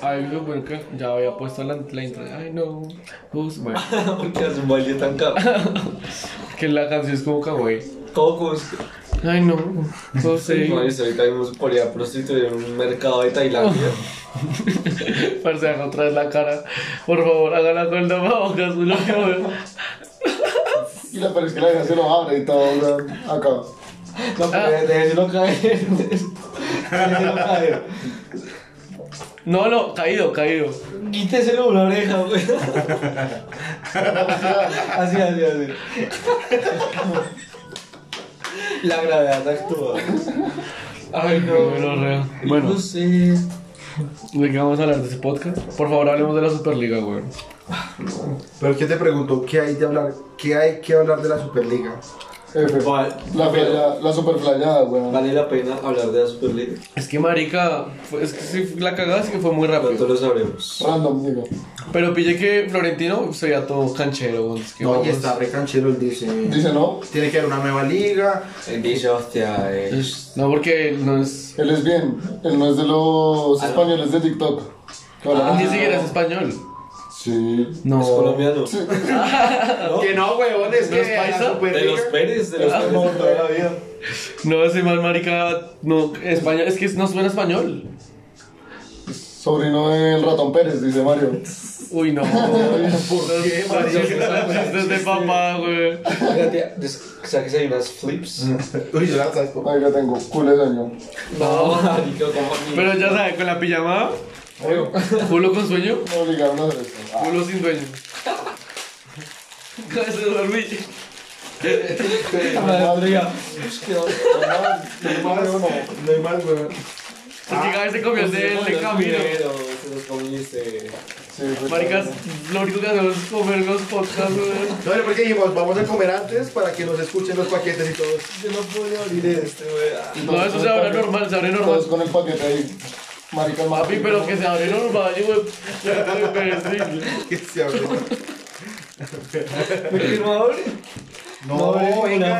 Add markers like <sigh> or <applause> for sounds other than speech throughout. algo bueno que ya había puesto la, la intro. I know who's. Bueno, ¿Por qué hace un baile tan caro? que la canción es como kawaii. Cocos. I know who's No, saying. eso Pues ahorita mismo se podría prostituir en un mercado de Tailandia. <laughs> Parce, haga otra vez la cara. Por favor, hágala con el tapabocas. Lo que veo. Y la parece que la vieja se lo abre y todo, weón. Acá. No, pero déjelo caer. Déjelo caer. No, no, caído, caído. Quíteselo una oreja, güey. Así, así, así. La gravedad actúa. Ay, no, me lo reo. Bueno, No sé. ¿de qué vamos a hablar de este podcast? Por favor, hablemos de la Superliga, güey. Pero es que te preguntó qué hay de hablar, qué hay que hablar de la Superliga. F. Vale. La, playa, la super flayada, weón. Vale la pena hablar de la Superliga. Es que, marica, fue- es que sí, la cagada sí que fue muy Pronto rápido. lo sabremos. Random, digo. Pero pillé que Florentino sería todo canchero, güey. Es que No, y pues- pues, vamos- está recanchero el dice. Dice no, Tiene que haber una nueva liga. Dice, hostia, eh. No, porque él no es. él es bien. Él no es de los Ah, no. españoles de TikTok. Que hablan Ni así. siquiera es español. Sí. Ah. No. Es colombiano. Que no, huevón, es ¿No que es la paisa? De los Superliga. Pérez, de los Pérez de toda la vida. No, ese mal marica. No, español. Es que no suena español. Sobrino del ratón Pérez, dice Mario. Uy, no. <laughs> ¿Por qué, marica? de papá, güey. Fíjate, des- ¿sabes que hay unas flips? Uy, yo la saco. Ahí la tengo, culo de sueño. No, marica, como ni- Pero ya sabes, con la pijama. Culo con sueño. Me obligaron a hacer esto. Culo sin <laughs> sueño. Cabeza de dormir. Es que, oh, Mario, no. No hay más, huevón. Porque cada vez se comió el de, el de camino. Primero, se los comiste. Sí, pues, fue Maricas, tarde. lo único que hacemos es comer los podcasts, güey. No, porque dijimos, vamos a comer antes para que nos escuchen los paquetes y todo. <laughs> Yo no puedo abrir este, wey. No, Pues, eso se abre normal, se abre normal. Todos con el paquete ahí. Marica, Papi, pero que se abre normal, güey. Perejil. Que se abre. ¿Qué no abre? No, No, venga. venga.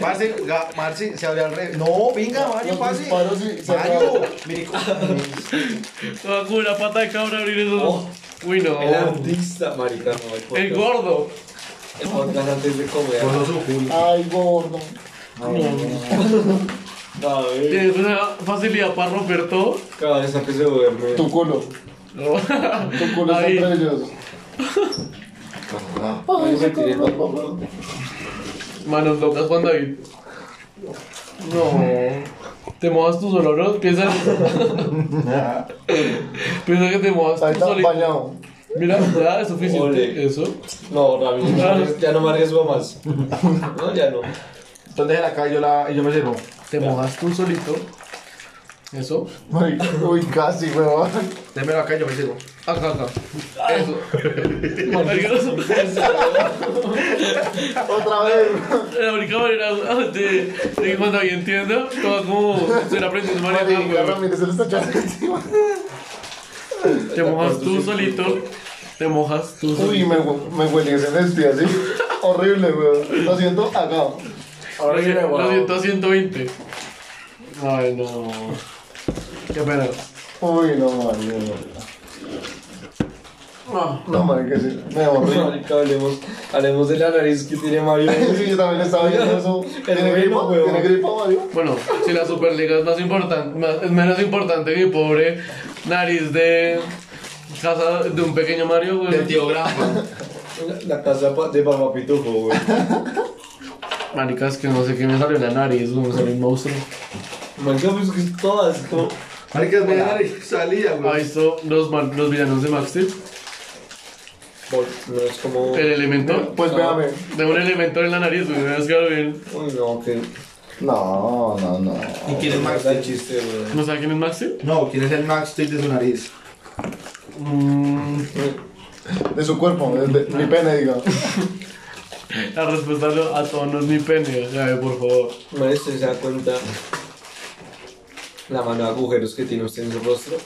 Parce, ga- Marce, se abre al revés. No, venga, Mario, Los pase. disparos y se Mario, acabó. mire, <laughs> No, con una pata de cabra abrir esos. Oh. Uy, no. El artista, marica, no. El podcast- gordo. El podcast antes de comer. Ay, gordo. No, güey. Tienes una facilidad para romper todo. Cada vez que se duerme. Tu culo. No. Tu culo es Ahí. entre ellos. Ay, me tiré todo el culo. Manos locas, Juan David. No. ¿Te mojas tú solo, no? Piensa. <laughs> Piensa que te mojas Ahí tú está solo. bañado. Mira, ah, es suficiente. Ole. Eso. No, Rami, ya- ya no me arriesgo más. No, ya no. Entonces la calle yo, la, yo me sirvo. Te mojas tú solito. Eso. Marica, uy, casi, weón. Démelo acá, yo me sirvo. Acá, acá. Eso. Marica, no- Otra vez. La única manera de, de que cuando yo entiendo, toma como ser aprendiendo Marica, mariana, Ramírez, se le está echando encima. güey. Te mojas tú solito, te mojas tú Uy, solito. me, hue- me huele ese vestido así. Horrible, weón. Lo siento, acá. Lo Ahora sí me siento- lo voy. siento a 120. Ay, no. Qué pena. Uy, no, Mario. No, marica, sí. Me <laughs> borré. Marica, hablemos, hablemos de la nariz que tiene Mario. Sí, yo también estaba viendo eso. ¿Tiene gripa? bueno, weón. ¿Tiene gripa, Mario? Bueno, si la Superliga es más importante, más- es menos importante que mi pobre nariz de casa de un pequeño Mario, güey. tío Grafa. La, la casa pa- de Papá Pitufo, güey. Maricas que no sé qué me salió en la nariz, güey, me salió un monstruo. Marica, pues que todas, como... Marica, es buena <laughs> nariz, salía, ¿Ha güey. visto Ah, los, mal- los villanos de Max Steel? Bol- No es como... El elemento. Pues véame. De un elemento en la nariz, güey. Es que bien. Uy, no, que... No, no, no. ¿Y quién es Max Da Tate? chiste, güey. ¿No sabe quién es Maxi? No, ¿quién es el Max Tate de su nariz? Mm, De su cuerpo, de, de- mi pene, diga. La respuesta lo- a todo no es mi pene, Gabe, por favor. Madre, ¿usted se da cuenta la mano de agujeros que tiene usted en su rostro?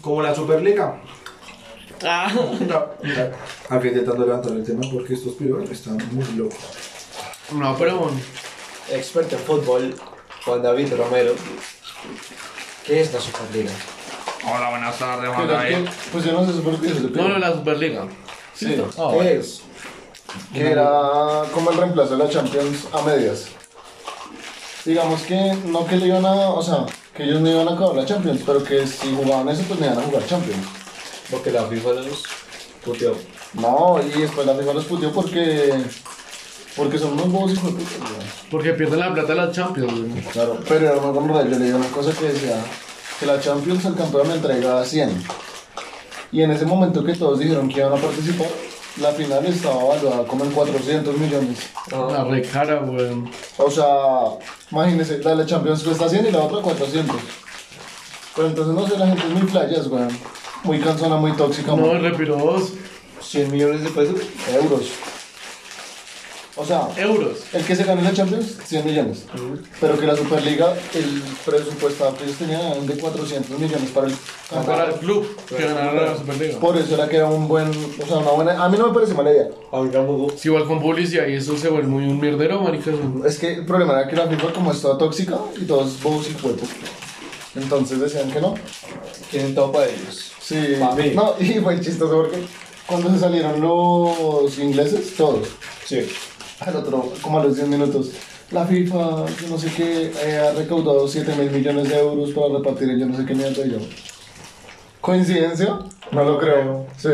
Como la Superliga. Ah. No, mira. Aunque intentando levantar el tema porque estos pibes están muy locos. No, pero Experto en fútbol, Juan David Romero. ¿Qué es la Superliga? Hola, buenas tardes, Juan Pero es David. que, Pues yo no sé súper bien. no no, la Superliga. Sí. Ah, ¿Qué bueno. es? que era como el reemplazo de la Champions a medias. Digamos que no que le iban a, o sea, que ellos no iban a acabar la Champions, pero que si jugaban eso, pues no iban a jugar Champions. Porque la FIFA los puteó. No, y después la FIFA los puteó porque, porque son unos bobos y de puta, güey. Porque pierden la plata de la Champions, güey. Claro, pero era más como yo leí una cosa que decía que la Champions al campeón le entrega 100. Y en ese momento que todos dijeron que iban a participar, la final estaba evaluada como en 400 millones. La re cara, güey. O sea, imagínense, la de la Champions cuesta 100 y la otra 400. Pero entonces, no sé, la gente es muy playas, weón. Muy cansona, muy tóxica, No, muy el repiro dos 100 millones de pesos. euros. O sea, euros. el que se ganó la Champions, 100 millones. Pero que la Superliga, el presupuestado que ellos tenían eran de 400 millones para el Para el club que ganara la Superliga. Por eso era que era un buen, o sea, una buena... A mí no me parece mala idea. Aunque jugó. Si igual con publicidad y eso se vuelve muy un mierdero, marica. eso. Es que el problema era que la FIFA como es toda tóxica y todos bobos y cuerpos. Entonces decían que no. Tienen todo para ellos. Sí, Pa' mí. no, y fue chistoso porque cuando se salieron los ingleses, todos, Sí. al otro, como a los 10 minutos, la FIFA, yo no sé qué, eh, ha recaudado 7 mil millones de euros para repartir, en yo no sé qué mierda y yo. ¿Coincidencia? No lo creo. Sí,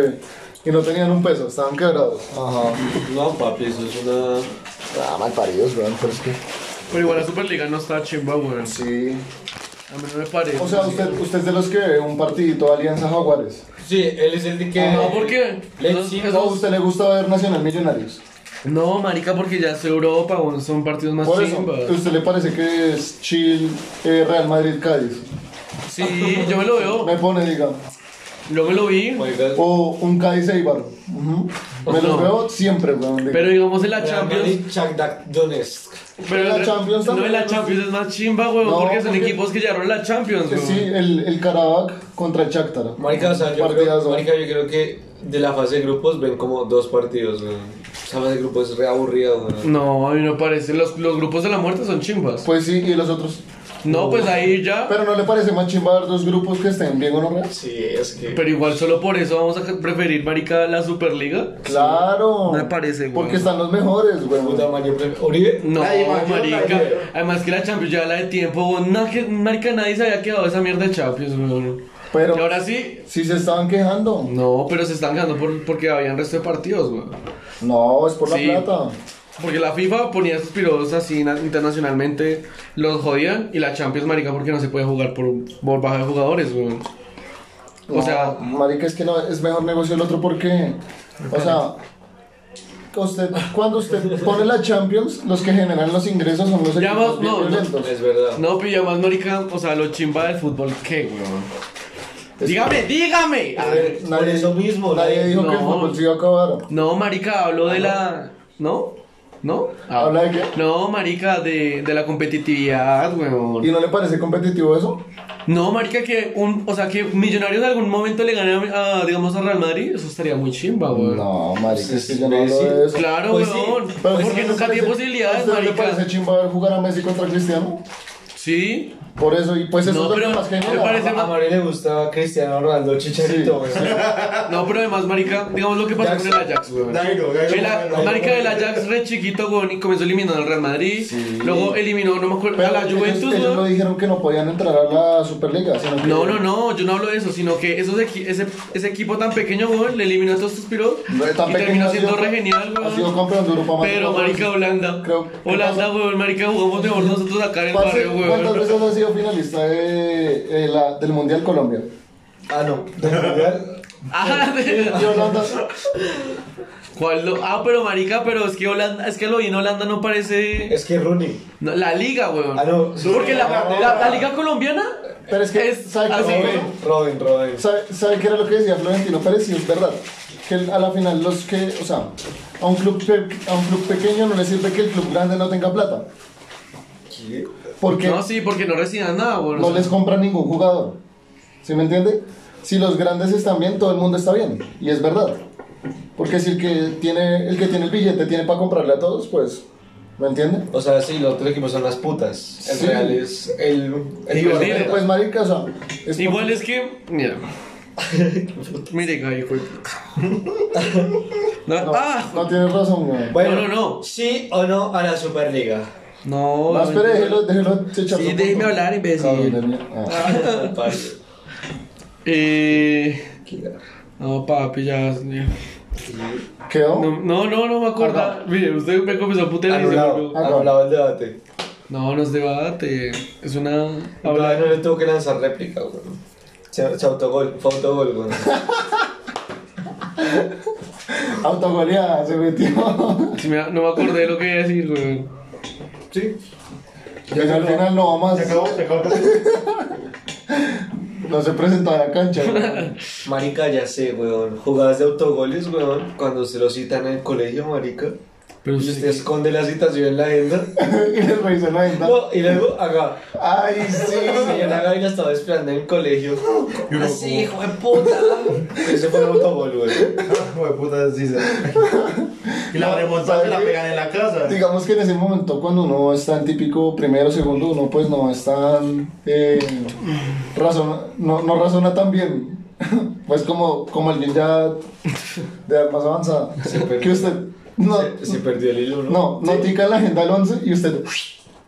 y no tenían un peso, estaban quebrados. Ajá. No, papi, eso es una. Ah, mal paridos, weón, pero es que. Pero igual la Superliga no está chimba, güey. Sí. A mí no me parece. O sea, usted, usted es de los que ve un partidito de Alianza Jaguares. Sí, él es el de que. No, ¿por qué? Let's see. Pues ¿A usted le gusta ver Nacional Millonarios? No, marica, porque ya es Europa, güey. Son partidos más Por eso, chimba. ¿a usted le parece que es chill eh, Real Madrid Cádiz? Sí, yo me lo veo. Me pone, diga, Yo me lo vi. Oiga, o un Cádiz Eibar. Ujú. Me los No. veo siempre, weón. diga. Pero digamos en la Real Champions. Madrid, Shakhtar Donetsk. Pero La el- Champions No, también. en la Champions es más chimba, güey. No, porque son porque- equipos que llegaron a la Champions, güey. Sí, el, el Karabakh contra el Shakhtar. Marica, o sea, yo creo, Partidazo. marica, yo creo que de la fase de grupos ven como dos partidos, weón. Esa fase de grupos es re aburrida, weón. No, a mí no parece. Los, los grupos de la muerte son chimbas. Pues sí, y los otros. No, pues ahí ya. Pero no le parece más chimba ver dos grupos que estén bien o no real? Sí, es que. Pero igual solo por eso vamos a preferir, marica, la Superliga. Claro. Me parece, weón. Porque están los mejores, Un weón. tamaño pre- Oribe. No, Nadie más, yo marica. nadie. Además que la Champions ya la de tiempo, weón. No, que, marica, nadie se había quedado esa mierda de Champions, weón. Pero Y ahora sí. si se estaban quejando. No, pero se están ganando por, porque habían resto de partidos, weón. No, es por Sí. la plata. Porque la FIFA ponía sus piros así na- internacionalmente, los jodían y la Champions, marica, porque no se puede jugar por, por baja de jugadores, weón. O No, sea, marica, es que no, es mejor negocio el otro porque, o sea, usted, cuando usted pone la Champions, los que generan los ingresos son los Ya equipos va- bien no, no, violentos. Es verdad. no pilla más, marica, o sea, lo chimba del fútbol, ¿qué, weón? Dígame, dígame. A ver, por eso mismo, nadie nadie- dijo que el no. fútbol se iba a acabar. No, marica, hablo de la... ¿No? ¿No? Ah. ¿Habla de qué? No, marica, de, de la competitividad, weón. ¿Y no le parece competitivo eso? No, marica, que un... O sea, que Millonarios en algún momento le gane a, a, digamos, a Real Madrid, eso estaría muy chimba, weón. No, marica, es que yo no hablo imbécil. de eso. Claro, Pues sí, weón. Pero porque ¿por qué no nunca le tiene parece- ¿a posibilidades, usted no le parece marica. chimba ver jugar a Messi contra Cristiano? Sí. Por eso, y pues eso No, es lo que pero más me genera. parece- A Mario le gustaba Cristiano Ronaldo Chicharito, weón. Ah, No, pero además, marica, digamos lo que pasó Jax. con el Ajax, weón. Dairo, Dairo, El a- Dairo, marica Dairo. del Ajax re chiquito, weón, y comenzó eliminando al Real Madrid. Luego eliminó, no me acuerdo, Pero a la ellos- Juventus, ellos, weón. no dijeron que no podían entrar a la Superliga, sino que... No, no, no, yo no hablo de eso, sino que esos equi- ese, ese equipo tan pequeño, weón, le eliminó a todos estos piros No es tan y pequeño, terminó ha siendo sido- re genial, Ha sido weón. campeón de Europa más Pero, de dos marica, veces. Holanda. Creo- Holanda, pasa? weón, marica, jugamos mejor nosotros acá en el ¿Cuántas- barrio, ¿Cuántas weón. veces ha sido finalista de- eh, la- del <laughs> Mundial Colombia? Ah, no. De Mundial. <laughs> Ah, de- Y Holanda. ¿Cuál lo- Ah, pero marica, pero es que Holanda, es que lo vi en Holanda no parece Es que Rooney. No, la liga, weón. Ah, no. Porque la, No, la- no. la liga colombiana Pero es que, es ¿sabe qué así, güey. es bueno? Robin, Robin. ¿Sabe, sabe qué era lo que decía Florentino Pérez? Y es verdad. que el- a la final los que, o sea, a un club, pe- a un club pequeño no le sirve que el club grande no tenga plata. Porque No, sí, porque no reciban nada, güey. no les compra ningún jugador. ¿Sí me entiende? Si los grandes están bien, todo el mundo está bien. Y es verdad. Porque si el que tiene el, que tiene el billete tiene para comprarle a todos, pues, ¿me entiende? O sea, sí, los otros equipos son las putas. El Sí. Real es el. el Igual, peor. dile, Pues, marica, o sea, es por- Igual es que. <laughs> Mira. Mire, güey, güey. No, No, ah, no tienes razón, güey. Bueno, No, no, no. ¿Sí o no a la <laughs> Superliga? no. No, espere, déjelo, déjelo echar Sí, su déjeme punto. hablar, Cabrón de imbécil. mierda. Ah. Parce. <laughs> Eh. No, papi, ya. ya. ¿Quedó? No, no, no, no me acuerdo. Ah, Mire, usted me comenzó a putear y se Anulado, volvió. Ah, anulado el debate. No, no es debate. Es una. Ahora no le tuvo que lanzar réplica, güey. Se, se autogol, fue autogol, güey. Autogoleada, se metió. Sí, mira, no me acordé de lo que iba a decir, güey. Sí. Pero Pues al final no va más. se acabó. <laughs> No se presentó a la cancha. güey. <laughs> Marica, ya sé, weón. Jugadas de autogoles, weón. Cuando se lo citan en el colegio, marica. Pero y sí. usted esconde la citación en la agenda. y les revisó la ventana. No, y luego acá. Ay, <laughs> sí. Señora Gaby la estaba esperando en el colegio. Así, hijo de puta. Ese fue el autogol, weón. Hijo de puta, sí se- Y la remontada la pegan en la casa. Digamos que en ese momento cuando uno está en típico primero, segundo, uno pues no es tan... eh, razona- no, no razona tan bien. <laughs> Pues como, como alguien ya de armas avanzada. pero- Que usted... No, Se, se perdió el hilo, ¿no? no, no tica la agenda al 11 y usted...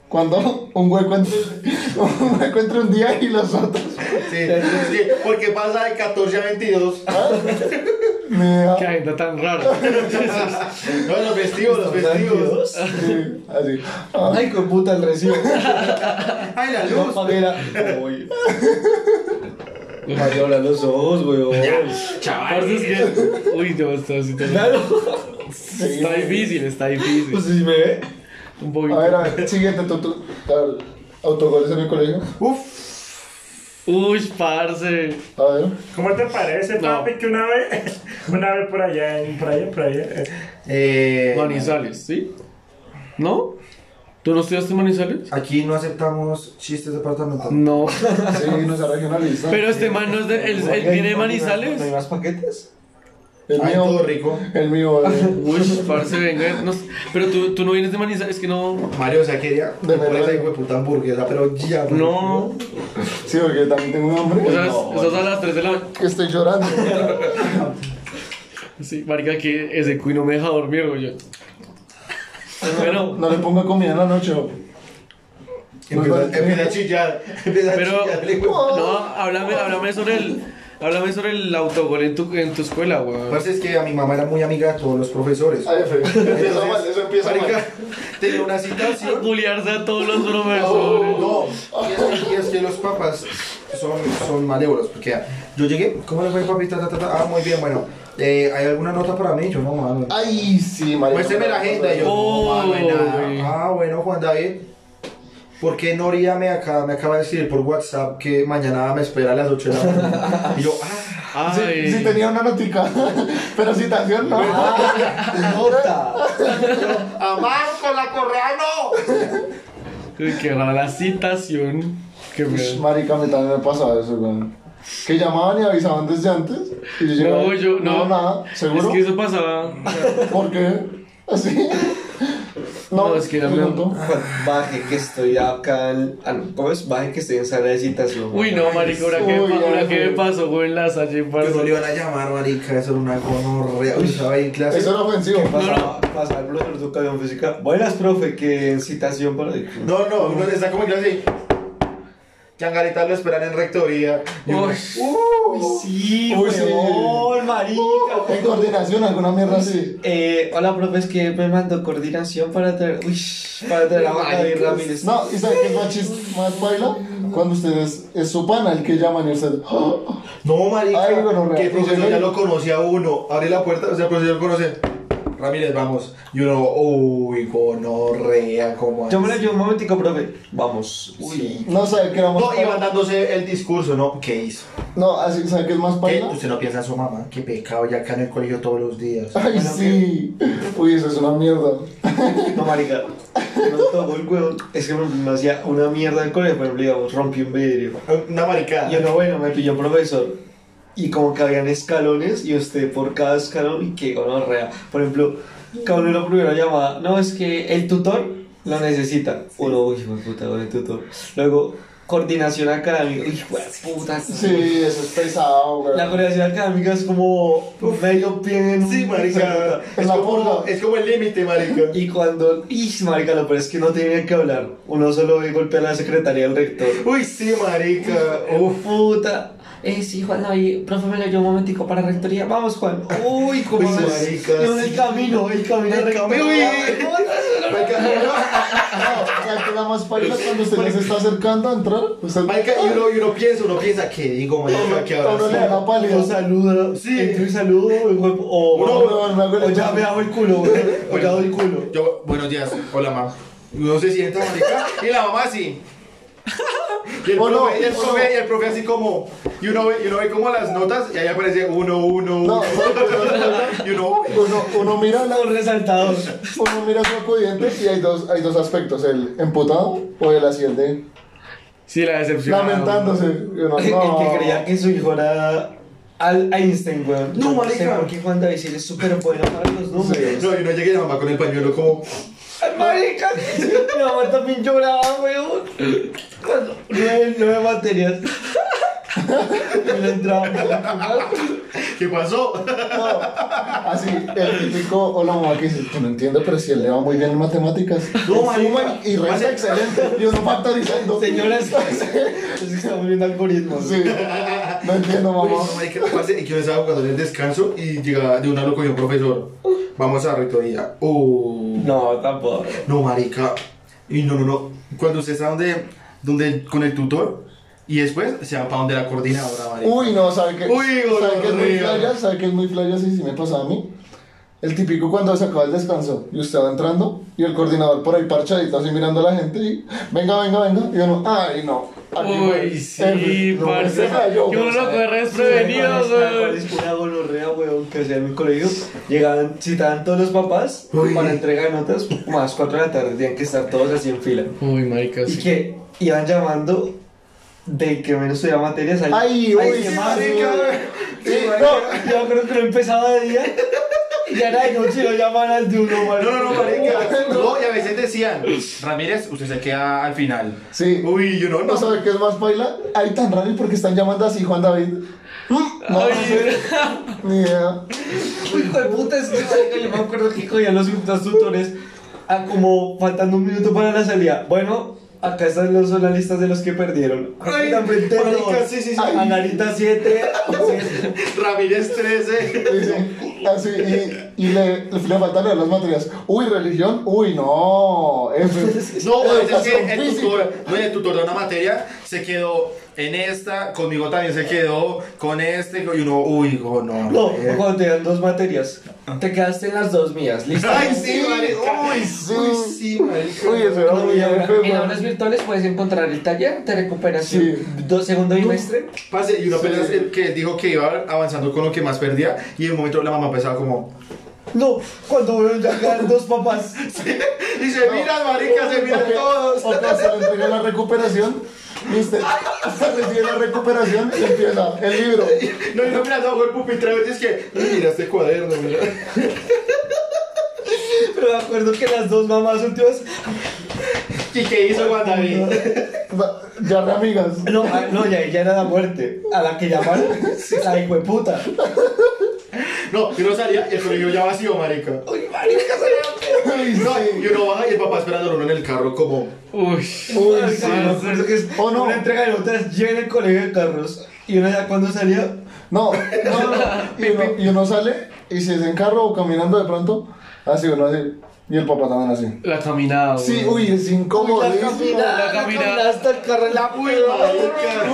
Cuando un hueco entre, <laughs> un hueco entre un día y los otros. Sí, sí, porque pasa de 14 a 22. Me deja- Qué agenda tan rara. No, los festivos, los festivos. ¿Dos? sí, eh, así. Ah, Ay, con puta el recibo. Ay, la No, luz. Pamela. Uy. Ay, ahora los ojos, weón. Aparte es que. Uy, no, está así. Está, Claro. está difícil, está difícil. Pues si me ve. Un A poquito. ver, a ver, siguiente, tú, tú, tal, autogoles en el colegio. Uf, Uy, parce. A ver. ¿Cómo te parece, No. papi, que una vez, <laughs> una vez por allá, en, por allá, por allá, eh, eh, Manizales, ¿sí? ¿No? ¿Tú no estudiaste en Manizales? Ah, Aquí no aceptamos chistes departamentales. No. Sí, no sea regionalista. Pero este man no es de. ¿El, el viene de ¿No hay Manizales? más paquetes? el ay, mío, todo rico. el mío eh, de, Uy, parce, venga. no sé. pero tú, tú no vienes de Manizales, es que no. Mario, o sea, quería De comprar verdad. esa hijo de puta hamburguesa, pero ya. No. sí, porque también tengo un hombre O sea, estás a las 3 de la mañana. que estoy llorando. Sí, marica, que ese cuy no me deja dormir, güey. yo. Bueno, No le ponga comida en la noche. o- Empieza, empieza a chillar. Empieza a Pero- chillar. el hijo de puta. no, háblame, háblame sobre el. Háblame sobre el autogol en tu, en tu escuela, güey. Parce, es que a mi mamá era muy amiga de todos los profesores. Ay, F. Empieza mal, eso empieza Marica, mal. tenía una citación. Juliarse a todos los profesores. No, y es, que, y es que los papas son, son malévolos, porque ya, yo llegué, ¿cómo le fue papi? Ta, ta, ta, ta. Ah, muy bien, bueno, eh, ¿hay alguna nota para mí? Yo no, mano. Ay, sí, marica. Muéstrame Pues la agenda, y yo, Oh, no, mano, hay nada. güey. Ah, bueno, Juan David, ¿por qué Noria me acaba, me acaba de escribir por WhatsApp que mañana me espera a las 8 de la mañana? Y yo, ah, Ay. Sí tenía una notica, <laughs> pero citación no. Nota. a Marco, la correa, no. Uy, qué rara la citación. Qué Ush, feo. Marica, a mí también me pasaba eso, güey. Que llamaban y avisaban desde antes. Y yo llegaba. No, yo no. nada, seguro. Es que eso pasaba. ¿Por qué? <laughs> ¿Así? No, es que era me mi- Pues, Baje que estoy acá. en- ah, no, ¿Cómo es? Baje que estoy en sala de citación. Uy, no, marica, ahora que, Uy, ahora ya, que me güey. pasó, güey, en la salle, parce. Pero no le iban a llamar, marica, eso era una gonorrea, Uy, estaba ahí en clase. Eso era ofensivo. Pasaba, pasaba el profesor de educación física. Buenas, profe, que en citación para. No, no, uno está como en clase y... Changarita lo esperan en rectoría. Y uno, Uy. Uy, sí, Uy, sí. weón, marica. En coordinación, alguna mierda así. Eh, hola, profe, es que me mandó coordinación para traer. Uy, para traer a Juan David Ramírez. No, ¿y sabe qué es más chis- más baila? Cuando ustedes es su pana el que llaman y usted. ¡oh! No, marica, Ay, bueno, que real, el profesor profesor. ya lo conoce a uno. Abre la puerta, o sea, el profesor conoce. Ramírez, vamos. Y uno, uy, gonorrea, como Yo me lo llevo un momentico, profe. Vamos. Uy. No sabe que era más. No, y paila. mandándose el discurso, ¿no? ¿Qué hizo? No, así sabe que es más ¿Qué? paila. Usted no piensa en su mamá, qué pecado, ya acá en el colegio todos los días. <laughs> Ay, Bueno, sí. Uy, eso es una mierda. No, marica. No todo el huevo. Es que me, me hacía una mierda el colegio, por ejemplo, digamos, rompí un vidrio. que- Una maricada. Y uno, bueno, me pilló profesor. Y como que habían escalones, y usted por cada escalón, y qué gonorrea. Por ejemplo, cada uno en la primera llamada, no, es que el tutor lo necesita. Uno, uy, hijo de puta, con el tutor. Luego, coordinación académica, uy, hijo de puta. Sí, eso es pesado, güey. La coordinación académica es como medio pie en un- Sí, <laughs> marica. Es La como, pulga. es como el límite, <laughs> marica. Y cuando, y marica, lo peor es que no tenía que hablar. Uno solo ve golpear a la secretaría del rector. Uy, sí, marica. ¡Oh, Uf. puta! Eh, sí, Juan David, profe, me lo llevo un momentico para rectoría. Vamos, Juan. Uy, cómo Uy, me- marica, Y uno, sí. el camino, el camino El el rectoría. camino, uy. Marica, No, ¿sabe que la más paila cuando usted ya se está acercando a entrar? Pues, Pues, Usted Marica, y uno, y uno piensa, uno piensa, ¿qué digo, marica? ¿Qué A uno le ahora? da pálida. Uno saluda, Sí. entro y saludo, el juez- o, No, no, no, no, o ya me hago el culo, <laughs> o ya doy el culo. Yo, buenos días, hola, mamá. No se sienta, marica. Y la mamá así. Y el, Oh, no, profe, y el oh, profe, y el profe así como, y uno ve, y uno ve como las notas, y ahí aparece uno, uno, uno, No, ¿sabe qué es la paila? y uno, uno, uno mira la, Los resaltados. uno mira su acudiente y hay dos, hay dos aspectos, el emputado o el asciende Sí, la decepción. lamentándose. Y <laughs> uno, El que no. creía que su hijo era Al Einstein, weón. No, Yo sé marica. por qué Juan David si él es súper bueno para los números. no, y uno llega y la mamá con el pañuelo como, Ay, Marica, <laughs> mi mamá también lloraba, weón. Cuando- Nueve, nueve materias. <laughs> Y le entraba. ¿qué pasó? No, así, el típico, o la mamá que dice, "Yo no entiendo, pero si él le va muy bien en matemáticas. No, Él suma marica. Y resta excelente, y uno factorizando. <laughs> Señoras, es que estamos viendo algoritmos. Sí, no entiendo, Uy, mamá. no, marica, parce, yo estaba jugando en el descanso y llega de una lo cogió un profesor. Vamos a la rectoría. Uh. No, tampoco. No, marica. Y no, no, no. Cuando usted está donde, donde con el tutor y después se va para donde la coordinadora, marica. Uy, no, ¿sabe qué? Uy, ¿Sabe qué es muy gonorrea. playa? ¿Sabe qué es muy playa? Sí, sí me pasaba a mí. El típico cuando se acaba el descanso y usted va entrando y el coordinador por ahí parchadito así mirando a la gente y venga, venga, venga. Y uno, ay, no. Aquí fue. Uy, sí, Eh, no, parce. se falló. Yo no lo es Con prevenido, esta- con güey. esta- una gonorrea, weón, que hacía en mi colegio. Llegaban, citaban todos los papás Uy. para entrega de notas. Como a las 4 de la tarde, tenían que estar todos así en fila. Uy, marica, Y sí. que iban llamando del que menos estudiaba materias al- Ay, al uy, que sí, más, marica, weón. güey. Sí, no, yo creo que lo empezaba de día y ya era de noche y lo llaman al de uno, No, no, no, marica. marica. No, y a veces decían, Ramírez, usted se queda al final. Sí. Uy, yo no, ¿No no. sabe qué es más paila? Ay, tan raro, ¿y por qué están llamando así Juan David? Mm. No, ni idea. Hijo de puta, es que marica, yo me acuerdo que cogían los los tutores a como faltando un minuto para la salida. Bueno, acá están los son las listas de los que perdieron. Ay, frente marica, sí, sí, sí. A Narita <laughs> 7. Ramírez 13. Sí, sí, así, y, y le, le faltan leer las materias. Uy, religión, uy, no. <laughs> F. No, a veces que Educación el física. tutor, no, y el tutor de una materia se quedó en esta, conmigo también se quedó, con este, y uno, uy, go, no. No, eh. Ah. o cuando te dan dos materias, te quedaste en las dos mías. Listo. Ay, sí, marica. Uy, sí. Uy, sí, marica. Uy, eso era No, muy y ahora F, en man. aulas virtuales puedes encontrar el taller de recuperación Sí. do- segundo bimestre. Pase, y una Sí. apenas el que dijo que iba avanzando con lo que más perdía, y en un momento la mamá pensaba como. No, cuando veo ya quedan dos <laughs> papás. Y se miran, marica, se miran Ok, todos. ok, se le entrega la recuperación. ¿Viste? Se recibe la recuperación y empieza el libro. No, y no mirando bajo el pupitre, a veces que. "Ay, Mira este cuaderno, mira. Pero me acuerdo que las dos mamás últimas. ¿Y qué hizo Juan David? Va- Ya re amigas. <laughs> No, ah, no, ya, ya era la muerte. A la que llamaron, la hijo de puta. No, yo no salía y el colegio ya vacío, marica. Uy, marica, se Uy, sí. No, y uno baja y el papá esperando uno en el carro, como. Uy. Uy, sí, me acuerdo que es Oh, no. una entrega de notas llena el colegio de carros. Y una ya cuando salía, <laughs> No, no, no, no. Y uno, y uno sale, y si es en carro o caminando de pronto, así uno así. Y el papá también así. La caminada, Sí, weón. uy, es incómodo. La caminada, La la caminada. caminada hasta el carro en la puerta.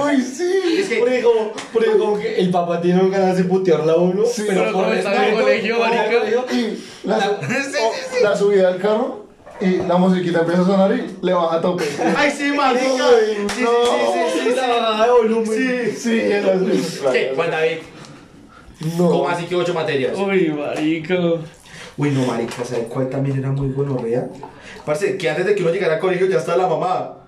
Uy, sí. Es que, porque, como, porque como que el papá tiene ganas de putearla a uno, Sí, pero, pero por como está en el respeto, colegio, como marica. en el colegio, Y la, <laughs> o la subida al carro y la musiquita empieza a sonar y le baja a tope. Ay, sí, marica. <laughs> Uy, Sí, sí, no. sí, sí, sí, sí. La bajada Ah, de volumen. Sí, es la ¿Qué? Juan David, No. ¿cómo así que ocho materias? Uy, marica. Uy, no, marica, ¿sabes cuál también era muy gonorrea? Parece que antes de que uno llegara al colegio ya estaba la mamá.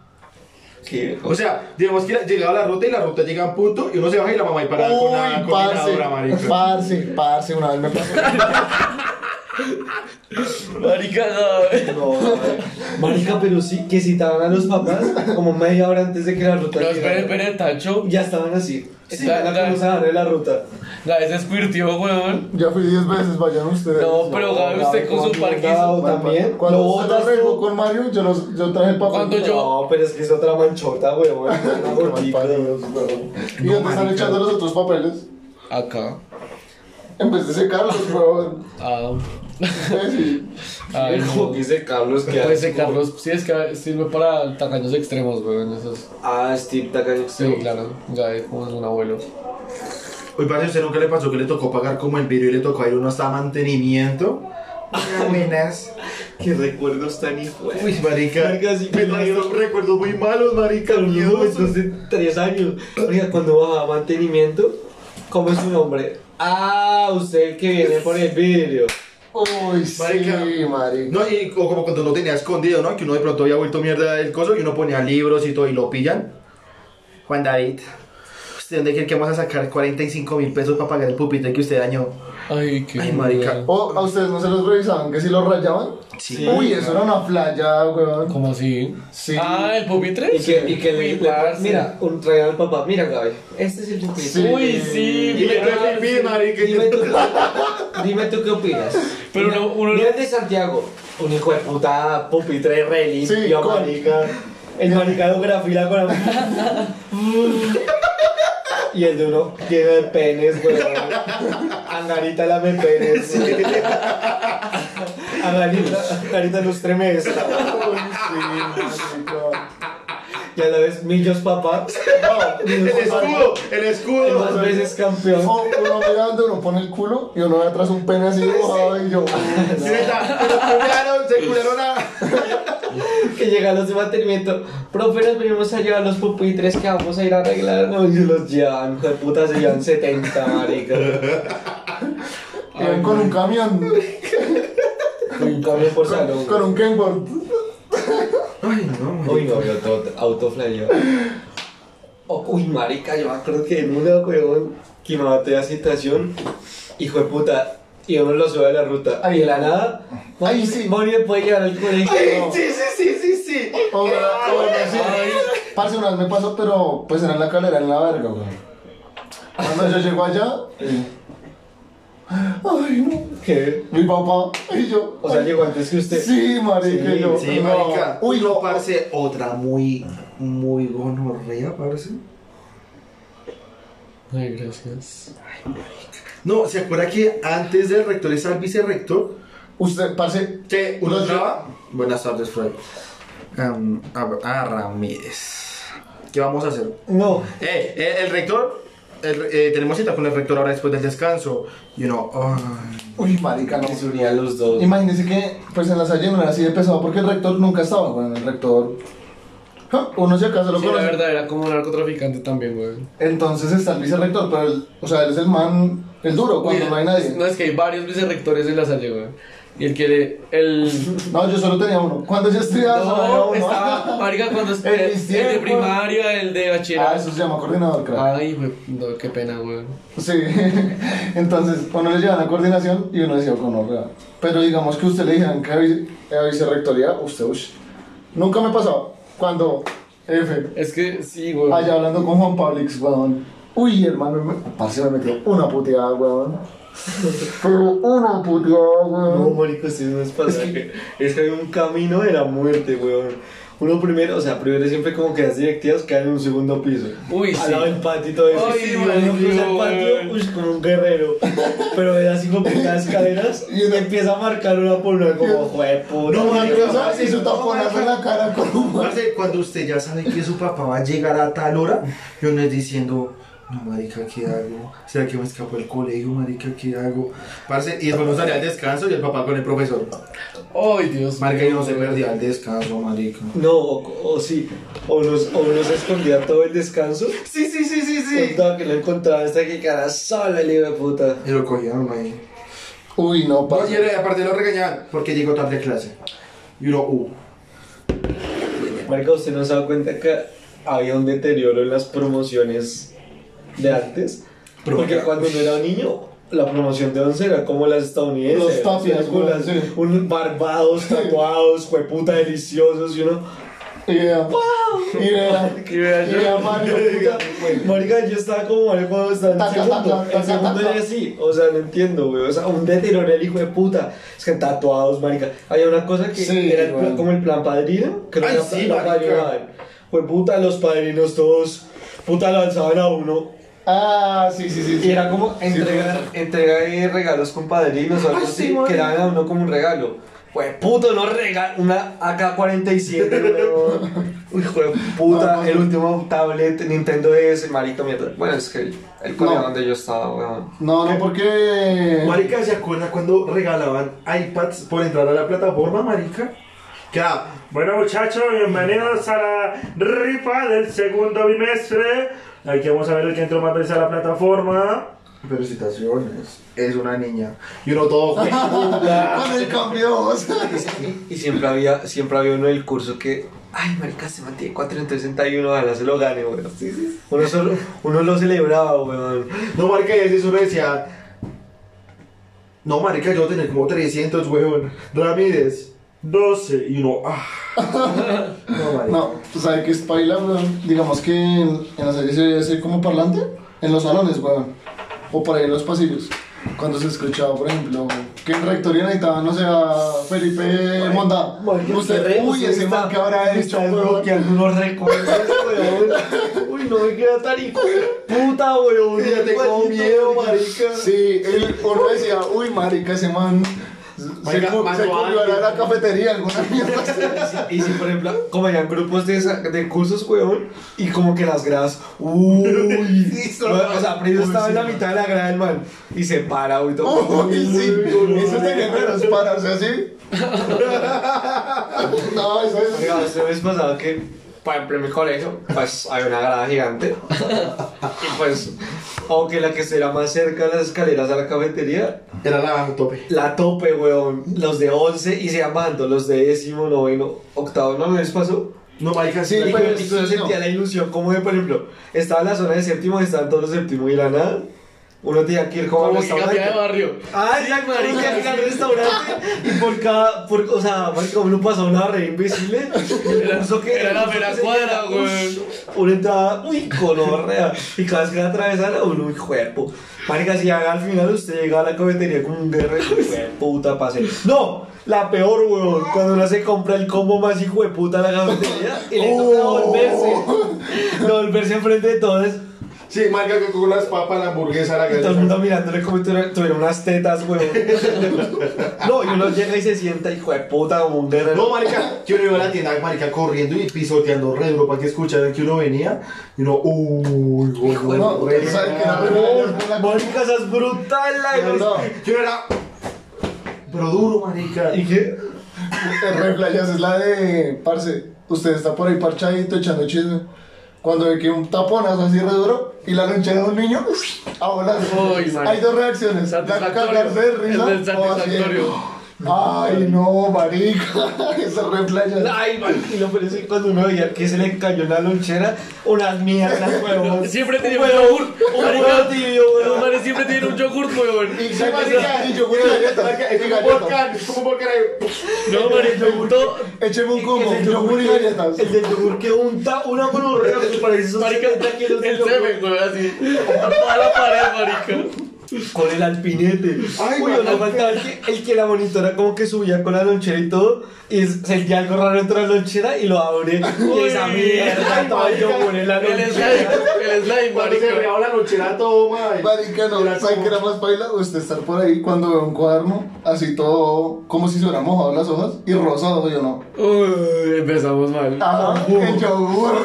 Que, O sea, digamos que la- llegaba la ruta y la ruta llega a un punto y uno se baja y la mamá y para con la Uy, coordinadora, parce, marica. parce, parce, una vez me pasó. Marica, no. No, marica, pero sí, que citaban a los papás como media hora antes de que la ruta No, llegara. espere, espere, Tacho. Ya estaban así. Sí, Estaban claro. acusados de la ruta. Gabe se espirtió, weón. Ya fui 10 veces, vayan ustedes. Pues, No, pero Gabe, usted con su parquizo. no, también. Cuando Lo usted botas lo regó tú. con Mario, yo, los, yo traje el papel. Cuando yo- No, pero es que es otra manchota, weón. No, qué mal paridos, weón. ¿Y dónde están echando los otros papeles? Acá. En vez de secarlos, <laughs> weón. Ah. Sí. Ay, no. dice Carlos que Pues de Carlos, sí, es que sirve para tacaños extremos, weón. Eso es- Ah, Steve Tacaño. Sí, claro. Gabe, como es un abuelo. Uy, parece usted nunca le pasó que le tocó pagar como el vidrio y le tocó ir uno hasta mantenimiento. Buenas. Qué recuerdos tan hijo. de- Uy, marica. Marica, sí, Me trajeron recuerdos muy malos, marica. Carlos, miedosos. entonces tres años. Oiga, cuando bajaba mantenimiento, ¿cómo es su nombre? Ah, usted el que viene por el vidrio. Uy, sí, Marica. marica. No, y o como cuando uno tenía escondido, ¿no? Que uno de pronto había vuelto mierda del coso y uno ponía libros y todo y lo pillan. Juan David, ¿usted dónde cree que vamos a sacar 45 mil pesos para pagar el pupitre que usted dañó? Ay, qué. Ay, marica. ¿O a ustedes no se los revisaban? ¿Que si los rayaban? Sí. Uy, eso era una playa, weón. ¿Cómo así? Sí. Ah, el pupitre. Y que, y que Uy, le, le- parce. mira, un traía al papá, mira Gaby, este es el pupitre. Sí. Uy, sí. Y le entró el pipí, marica. y Dime yo- tú, dime tú qué opinas. Pero Mira, uno- uno- mira el de Santiago, un hijo de puta pupitre re limpio, con- marica. El maricado con la fila con la <laughs> Y el de uno lleno de penes, weón. Angarita lame penes. weón. Angarita, Angarita lustreme esta. Uy, sí, marica. Y a la vez Millos papá. El Millos papá, escudo, el y escudo. Más veces campeón. O uno mira donde uno pone el culo y uno ve atrás un pene así dibujado y yo. uy, Sí, no. neta, pero cularon, se cularon a. que llegan los de mantenimiento. Profe, nos venimos a llevar los pupitres que vamos a ir a arreglar. No, y se los llevan, hijo de puta, se llevan 70, marica. Iban con un camión, Con un camión por salón. con un Kenworth. Uy, no, yo todo autoflyeo. Oh, uy, marica, yo me acuerdo que en una, weón, que me maté a citación, hijo de puta, y uno lo sube a la ruta. Ahí de la nada, Ay, sí. Mario puede llegar al colegio. Ay, Sí, sí, sí, sí, sí. O sea, o sea, sí. Parce, una vez me pasó, pero pues era en la calera, en la verga, güey. Cuando yo llego allá, eh, ay, no. ¿Qué? Mi papá y yo. O sea, ay, llegó antes que usted. Sí, marica, Sí, y yo. Sí, no. marica. Uy, no, parce. parce, otra muy, muy gonorrea, parce. Ay, gracias. No, ¿se acuerda que antes del rector es al vicerrector? Usted, parce, Que uno Uno entraba. Buenas tardes, Freud. Am, a, a Ramírez. ¿Qué vamos a hacer? No, Eh, eh, el rector. el re- eh, tenemos cita con el rector ahora después del descanso. Y uno. ay. uy, marica, no. se unían los dos. Imagínense que, pues en la salle no era así de pesado porque el rector nunca estaba, bueno, el rector. ja, Uno si acaso lo Sí, la conoce. verdad, era como un narcotraficante también, weón. Entonces está el vicerrector, pero el, o sea, él es el man, el duro, cuando Uy, no hay es- nadie. No, es que hay varios vicerrectores en la salle, weón. Y el que le. El. <laughs> No, yo solo tenía uno. Cuando yo estudiaba, solo había No, uno. estaba. Marica, cuando. En El, mis el de tiempos. primaria, el de <laughs> Ah, bachillerato. eso se llama coordinador, creo. Ay, weón, no, qué pena, weón. Sí. Entonces, cuando le llevan a coordinación y uno decía, con orrea. Pero digamos que usted le dijeran que a vice- a vicerrectoría, usted, ush. Nunca me pasaba. Cuando, F, Es que sí, weón. Allá hablando con Juan Pablix, weón. Uy, hermano, me, parce, me metió una puteada, weón. Pero una puteada, No, weón. marico, si no es pasar. Es que, es que hay un camino de la muerte, weón. Uno primero, o sea, primero siempre como que las directivas quedan en un segundo piso. Uy, Al sí. lado del patio y todo eso. Ay, y uno empieza el patio marica. uy, como un guerrero. Pero de así como que las caderas y uno empieza a marcar una por una como juepo. No, marica, Yo sabes si su taponazo en la cara con un mar. Parce, cuando usted ya sabe que su papá va a llegar a tal hora, yo no es diciendo, no, marica, ¿qué hago? ¿Será que me escapó del colegio, marica, qué hago? Parce, y después no salía al descanso y el papá con el profesor. Ay, Dios Marica, yo mío. no se perdía al descanso, marica. No, o, o sí, o nos, o nos escondía todo el descanso. Sí, sí, sí, sí, sí. Contaba que lo encontraba hasta que quedara sola el hijo de puta. Y lo cogieron ahí. Uy, no, No, y parce. era- eh, aparte lo regañaban porque llegó tarde a clase. Y uno, uh. Marica, ¿usted no se da cuenta que había un deterioro en las promociones de antes? Pero Porque ya- cuando uno era niño, la promoción de 11 era como las estadounidenses. Los tapias, eran con güey, las- sí. Un barbados, tatuados, jueputa deliciosos y uno... Idea. Idea. Y vea yo, Mira, Mario, marica, marica, yo estaba como Mario cuando estaba en Taca, segundo. taca, En taca, segundo taca. era así. O sea, no entiendo, güey. O sea, un deterioro el hijo de puta. Es que tatuados, marica. Había una cosa que Sí, era el güey. plan- como el plan padrino. Creo Ay, que sí, era marica. Fue puta, los padrinos todos. Puta, lanzaban a uno. Ah, sí, sí, sí. Y sí. era como entregar, entregar eh, regalos con padrinos o algo así, que daban a uno como un regalo. Pues puto, no regalo, una AK-47, <laughs> weón. Uy, hijo de puta, el último tablet Nintendo es el marica mierda. Bueno, es que el, el colegio No. donde yo estaba, weón. No, no, porque. Marica, ¿se acuerda cuando regalaban iPads por entrar a la plataforma, marica? Que ah, era, Bueno muchachos, bienvenidos a la rifa del segundo bimestre. Aquí vamos a ver el que entró más veces a la plataforma. felicitaciones, es una niña. Y uno todo, güey. Con el cambio de voz. Y, y siempre había, siempre había uno del curso que, ay, marica, se mantiene 461, ojalá se lo gane, weón. Uno, solo, uno lo celebraba, weón. <laughs> No, marica, y así uno decía, no, marica, yo voy a tener como 300, weón. Ramírez, 12. Y uno, ah. No, marica. No, tú sabes que es paila, weón. Digamos que en, en la serie se debe hacer como parlante, en los salones, weón. O por ahí en los pasillos. Cuando se escuchaba, por ejemplo, que en rectoría necesitaban, no sé, a Felipe Monda. Marica, Usted, qué uy, rezo ese está- man que habrá me hecho, está weón. desbloqueando unos recuerdos, weón. Uy, no me queda tan hijo de puta, weón. Sí, ya tengo Maldito, miedo, weón. marica. Sí, él, uno decía, uy, marica, ese man. Se, Marica, cu- mandó se comió algo. a la cafetería, alguna mierda. <laughs> así. Y si, por ejemplo, como habían grupos de, esa- de cursos, weón, y como que las gradas, <laughs> uy, o sea, Prince estaba en la mitad de la grada del man, y se para, uy, todo, Uy, sí, eso tenía que los para, o sea, sí. <laughs> No, eso es. Oiga, ¿usted vez pasado que, por ejemplo, en mi colegio, pues hay una grada gigante. <laughs> Y pues, aunque la que será más cerca de las escaleras a la cafetería, Era la tope. la tope, weón. Los de 11 y se amando, los de décimo, noveno, octavo, no ¿No les pasó. No, marica, sí. Y Pero yo- y sí, yo sentía no. la ilusión, como de, por ejemplo, estaba en la zona de séptimo, estaban todos los séptimo y la nada. Uno tenía que ir como, Como al que cambia de restaurante. barrio. Ah, sí, marica, ir al restaurante y por cada, por, o sea, marica, uno pasaba una re invisible. Era- era la pera mera cuadra, güey. Uno entraba, uy, colorrea, y cada vez que la atravesara, uno, uy, cuerpo. Marica, si al final usted llega a la cafetería como un guerrero, hijo de puta, pase. ¡No! La peor, weón, cuando uno se compra el combo más hijo de puta a la cafetería y le toca Oh. devolverse, devolverse enfrente de todos. Sí, marica, que con las papas, la hamburguesa, la Y todo el galleta. mundo mirándole como si tuviera tuviera unas tetas, <laughs> weón. No, y uno llega y se sienta, hijo de puta, como un No, guerrero. marica, que uno iba a la tienda, marica, corriendo y pisoteando re duro para que escucharan que uno venía. Y uno, uy, güey, güey, No, re tú sabes que era re- No, marica, esa es brutal, la No, no. Yo era. Pero duro, marica. ¿Y qué? El reflayas es la de, parce, usted está por ahí parchadito echando chisme. Cuando ve que un taponazo así re duro y la lonchera de un niño, a volar. Uy, man. Hay dos reacciones, la de cagarse de risa El del o así. satisfactorio. Ay, no, marica, <laughs> ese reflayas. Ay, man, y lo peor es que cuando uno veía que se le cayó una lonchera, unas mierdas, <laughs> weón. Siempre tenía un un yogur. Un Marica. huevo tibio, Los weón. manes siempre tienen un yogur, weón. Y se y yo voy a galleta, y galleta. como un volcán ahí. No, marica, todo- Écheme un combo, El del yogur y galletas. que- el del yogur que unta una con un que parece esos Marica, 70 kilos de el yogur. semen, weón, así. Toda la pared, marica. con el alpinete. Ay, Uy, marica. no faltaba el que, el que la monitora como que subía con la lonchera y todo, y sentía algo raro dentro de la lonchera y lo abre. Y esa mierda, todo yo pone la El lonchera. slime, el slime, Cuando se marica. reaba la lonchera todo, madre. Marica, no, ¿saben qué era más baila? Usted estar por ahí cuando ve un cuaderno, así todo, como si se hubieran mojado las hojas, y rosado, yo no. Uy, empezamos mal. Ah, el yogur,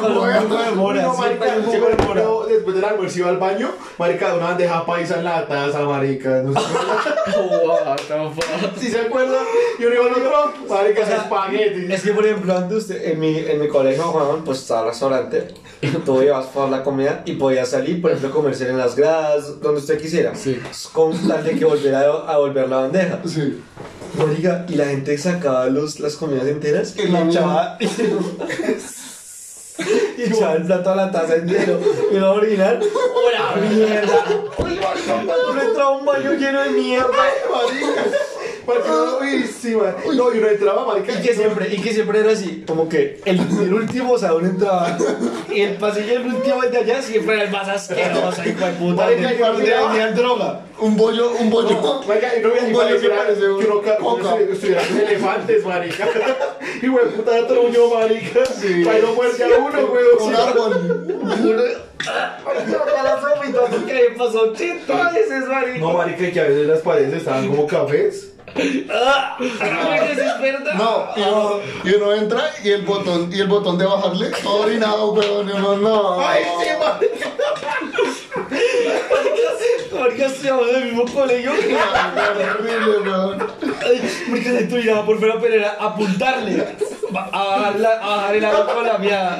<laughs> Con un poco de güey. mora, No, siempre marica, hay un poco siempre de mora. yo después del almuerzo iba al baño, marica, de una bandeja paisa en la taza, marica. No sé. <laughs> What the fuck. si se acuerdan, yo no iba al otro, marica, O sea, espagueti. Es que, por ejemplo, antes usted- en, mi, en mi colegio, Juan, pues estaba el restaurante, <laughs> y tú ibas por la comida y podías salir, por ejemplo, comerse en las gradas, donde usted quisiera, Sí. con tal de que volviera a, a volver la bandeja. Sí. Oiga, y la gente sacaba los, las comidas enteras y En la echaba. <laughs> Y echaba el plato a la taza entero. Y lo orinar. ¡Hola, mierda! Uno entraba a un baño lleno de mierda. Ah. Marica, marica, uy, sí, marica. No, y uno entraba, marica. Y que siempre, y que siempre era así, como que el, el último, o sea, uno entraba. Y el pasillo, el último, el de allá, siempre era el más asqueroso, hijo de puta. Marica, yo donde miraba- vendían droga. Un bollo, un bollo. Marica, y no me Un bollo que parece un que uno ca- uno coca. se- estuviera <laughs> con elefantes, marica. Y güey, puta truño, marica. Sí. Para no muerte a uno, güey. Un árbol. <laughs> Ya la vómito, porque me pasó 80 veces, marica. No, marica, que a veces las paredes estaban como cafés. Ah, es verdad. No, y uno, y uno entra y el botón, y el botón de bajarle, todo orinado, weón, y uno no. Ay, sí, marica. Marica, estudiamos en el mismo colegio. Horrible, weón. Ay, Marica, se tuviera por fuera, pero era apuntarle. A bajar, la, a bajar el agua con la mía.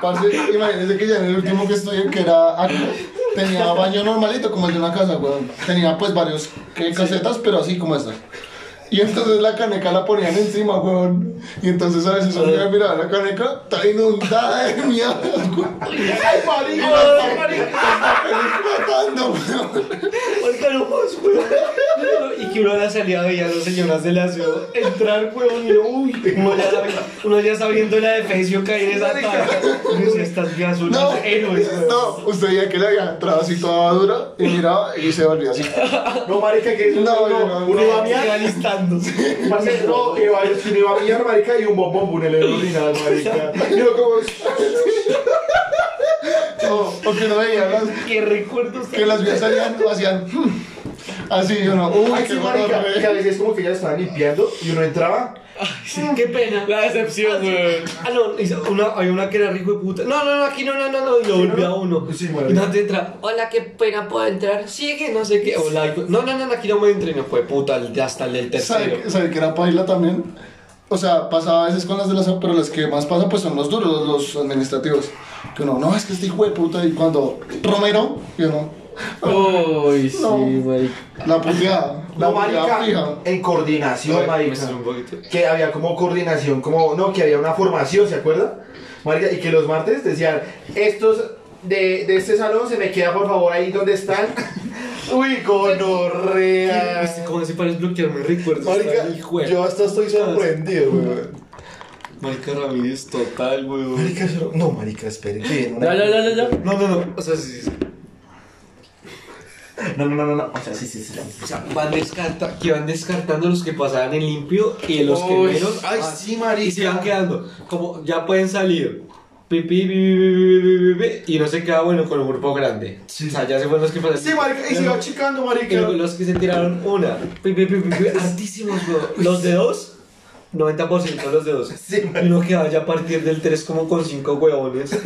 Parce, imagínense que ya en el último que estudié, que era acá, tenía baño normalito, como el de una casa, weón. Tenía pues varios que casetas, pero así como esta. Y entonces la caneca la ponían encima, weón. Y entonces a veces uno iba a mirar la caneca, está inundada de mierda, weón. Ay, marica. Ay, marica, Flotando, weón. marica, no más, weón. Y que uno a la salida veía a dos señoras de la ciudad entrar, weón, y uno, uy, uno ya, sabe- uno ya sabiendo la defensión caer en esa taza. Y decía, estas viejas son No, unos héroes, weón. no, usted veía que la había entrado así toda dura y miraba y se volvía así. No, marica, que No, uno, yo no, uno Se iba a va miar. listando. Parce, no, iba, uno iba a miar, marica, y un bombón en el urinal, marica. Y yo como... O, o que no veía las... Qué recuerdos. que las vías salían o hacían hmm, así yo no uy Ay, qué sí, marica, gonorrea. que a veces como que ya estaban limpiando y uno entraba. Qué pena. La decepción, güey. Ah, no, hizo una, había una que era rico de puta. No, no, no, aquí no, no, no, no. Y lo volvía uno. Sí, y marica. no te entra. Hola, qué pena, puedo entrar. Sí, que no sé qué. Hola, hijo- no, no, no, no, aquí no me entré. No fue puta, el- hasta el del tercero. sabe, sabe que era paila también o sea pasaba a veces con las de las pero las que más pasa pues son los duros los administrativos que uno no es que este hijo de puta y cuando Romero yo no Uy, sí, No. marica. la puteada la No, puteada fija marica, en coordinación, Ay, me marica. salió un poquito. Que había como coordinación, como, no, que había una formación, ¿se acuerda? Marica, y que los martes decían, estos de, de este salón se me queda por favor ahí donde están. <laughs> Uy, gonorrea. Es Como si para desbloquearme recuerdos. Marica, Ay, hijo de- yo hasta estoy sorprendido, weón. Marica Ramírez, total, weón. Marica, yo- no, marica, esperen. que viene una- Ya, ya, ya, ya, ya. No, no, no. O sea, sí, sí. No, no, no, no, no. O sea, sí, sí, sí. O sea, van descarta, que van descartando los que pasaban en limpio y los que Uy, menos. ay, ah, sí, marica. Y se van quedando. Como ya pueden salir. Pi, pi, pi, pi, pi, pi, pi, pi, y no se queda bueno con un grupo grande. O sea, ya se fueron los que pasaron. Sí, marica, y se va chicando, Y luego marica. los que se tiraron una. Pi, pi, pi, pi, pi, altísimos, weón. Los de dos. 90% los de dos. Sí, Y uno que vaya a partir del 3 como con 5 huevones.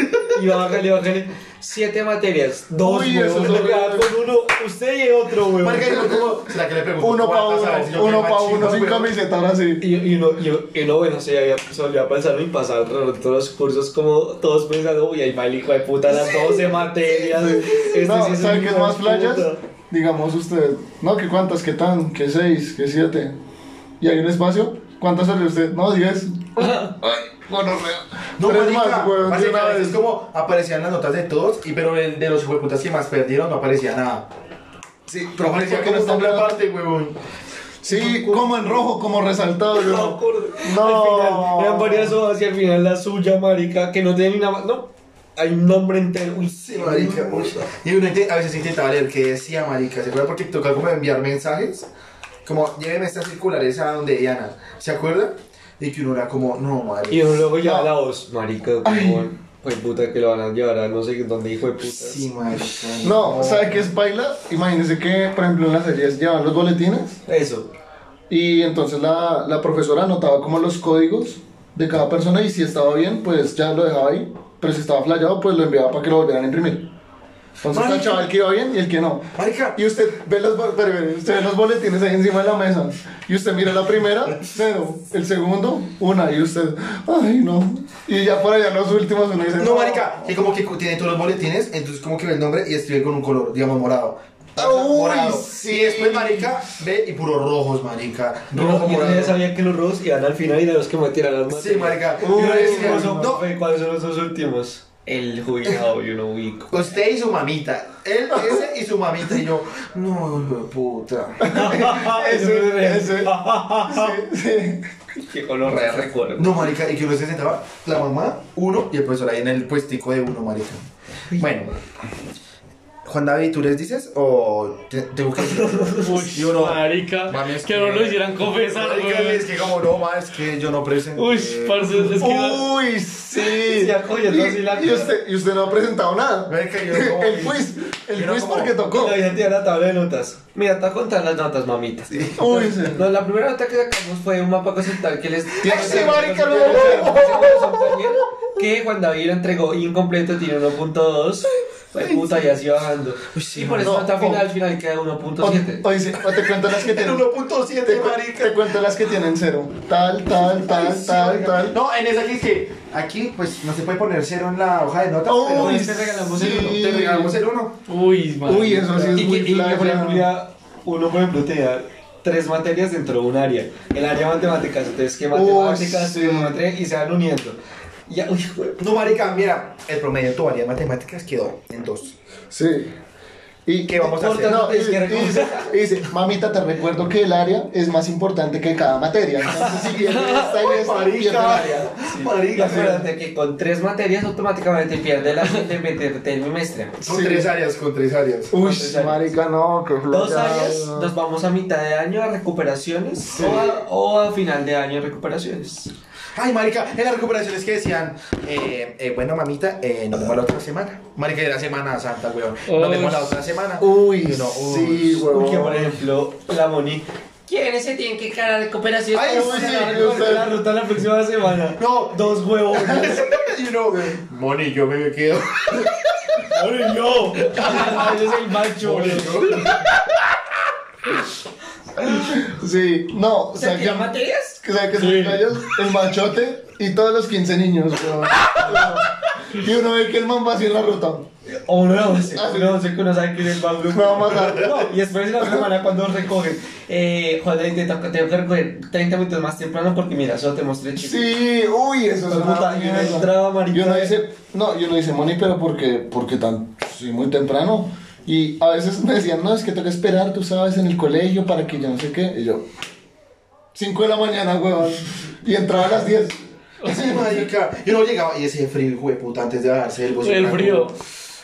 Y bájale, bájale. 7 materias. Dos Uy, eso huevones. es Uno que va con uno, usted y otro, huevón. Marica, yo como, ¿será que le pregunto? uno pa' cuántas, Pues, a ver si uno yo uno qué pa' uno machismo, sin weón? camiseta ahora sí Y, y uno, y, y uno, bueno, se había solía pensar y pasar todos los cursos como todos pensando, uy, ahí va el hijo de puta, las 12 materias. Este no, sí es ¿saben un qué es hijo de más playas? puta. Digamos usted, no, que cuántas, que tan, que seis, que siete. Y hay un espacio, ¿cuántas sale usted? No, diez. Ay, bueno, No, pues Tres marica, más, weón, parce, de una a veces vez. como aparecían las notas de todos, y pero el de los hueputas que más perdieron no aparecía nada. Sí, Pero ¿por parecía qué que no está en la hablando? parte, huevón. Sí, como en rojo, como resaltado. yo No, no. por- No. Al final, eran varias hojas y al final la suya, marica, que no tenía ni nada más. No, hay un nombre entero. Uy, Sí, marica. uy. Y uno inte- a veces intentaba leer qué decía, marica. ¿Se acuerda? Porque tocaba como enviar mensajes. Como, lléveme estas circulares a donde Diana. ¿Se acuerda? Y que uno era como, no, marica. Y uno luego lleva la voz. Marica, como, pues puta que lo van a llevar a no sé dónde hijo de puta. Sí, marica. No, ¿sabe qué es baila? Imagínense que, por ejemplo, en las series llevan los boletines Eso. y entonces la, la profesora anotaba como los códigos de cada persona y si estaba bien, pues ya lo dejaba ahí, pero si estaba flayado, pues lo enviaba para que lo volvieran a imprimir. Entonces está el chaval que iba bien y el que no. Marica. Y usted ve los, bo- pero, pero, usted ve los boletines ahí encima de la mesa. Y usted mira la primera, cero. El segundo, una. Y usted, ay, no. Y ya por allá los últimos, uno dice, No, marica. Que como que tiene todos los boletines. Entonces, como que ve el nombre y escribe con un color, digamos, morado. Ah, uy, morado. sí. Y después, marica, ve y puros rojos, marica. Rojo, Yo ya morado. sabía que los rojos iban al final y de los que metieran las Sí, materias. marica. Y Uy, uno decía, ¿cómo son, no, profe? ¿Cuáles son los dos últimos? El jubilado y uno ubico. Usted y su mamita. Él, ese y su mamita. Y yo, no, hijo de puta. Ah, Ese, ese. Que con los re recuerdo. No, marica. Y que uno se sentaba, la mamá, uno, y el profesor ahí en el puestico de uno, marica. Bueno. Juan David, ¿tú les dices o te- tengo que...? <laughs> Uy, Yo no. marica. Mami, es que que- no lo hicieran confesar, Marica, güey. es que como no, ma, es que yo no presenté. Uy, parce, es que... <laughs> Uy, sí. Sí, acogió, no, sí, la- y, y usted, y usted no ha presentado nada. Marica, yo como- <laughs> El quiz, el yo no quiz como- porque tocó. La vida tiene la tabla de notas. Mira, te voy a contar las notas, mamita. Uy, sí. No, la primera nota que sacamos fue un mapa conceptual que les ¡Ay, sí, marica, no! que Juan David lo entregó incompleto, tiene 1.2. Pues puta, y así bajando. y por eso no, hasta o- final, al final queda O, 1.7. o dice, o te cuento las <laughs> que En tienen. Te, 1.7, cu- marica. te cuento las que tienen cero. Tal, tal, tal, tal, tal. No, en esa que dice, aquí pues no se puede poner cero en la hoja de notas, pero Uy, te regalamos el uno, te regalamos el uno. Uy, marica. Uy, eso sí es Y que, muy y que, por flagra. ejemplo, ya uno, por ejemplo, tenía tres materias dentro de un área. El área matemáticas, entonces que matemáticas, sí. trigonometría, y se van uniendo. Y Ya, uy, güey. No, marica, mira, el promedio de tu variedad de matemáticas quedó en dos. Sí. ¿Y ¿Qué vamos a hacer? Importante No, y, es que y dice, y dice, mamita, te recuerdo que el área es más importante que cada materia. Entonces, <laughs> si pierdes esta y esta, pierdes el área. Y Marica, acuérdate que con tres materias automáticamente pierde la de meterte en bimestre. con Sí. tres áreas, con tres áreas. Uy, Dos áreas. marica, no, que Dos áreas, nos vamos a mitad de año a recuperaciones o, a, o a final de año a recuperaciones. Ay, marica, en las recuperaciones que decían, eh, eh, bueno, mamita, eh, nos vemos la otra semana. Marica, era Semana Santa, weón. Nos vemos la otra semana. Uy, Y uno, uy. sí, Porque, por huevón. ejemplo, la Moni. ¿Quiénes se tienen que quedar a recuperaciones? Ay, ¿Cómo sí, se van a yo recortar sé. la ruta la próxima semana. No. dos huevos. <laughs> Y uno, Moni, yo me quedo. ¡Moni, no! Eres el macho, Sí, no, o ¿Se sea, que, tienen materias? que- o sea, que son gallos, el machote y todos los 15 niños, huevón. Y uno ve que el man va así en la ruta. O uno de once, uno de once que uno sabe que es el bambú. Me va a matar. No, y después de la semana cuando recogen, eh, joder, te toca- tengo que recoger 30 minutos más temprano porque mira, solo te mostré chicos. Sí, uy, eso es Pues, puta, una y uno mierda. entraba, marica. Y uno dice, no, y uno dice, Moni, pero ¿por qué, por qué tan, sí, muy temprano? Y a veces me decían, no, es que toca esperar, tú sabes, en el colegio para que yo no sé qué. Y yo, 5 de la mañana, huevón. Y entraba a las 10. Sí, marica. Yo no llegaba y ese frío, hijo de puta, antes de bajarse del bus. El era como, frío.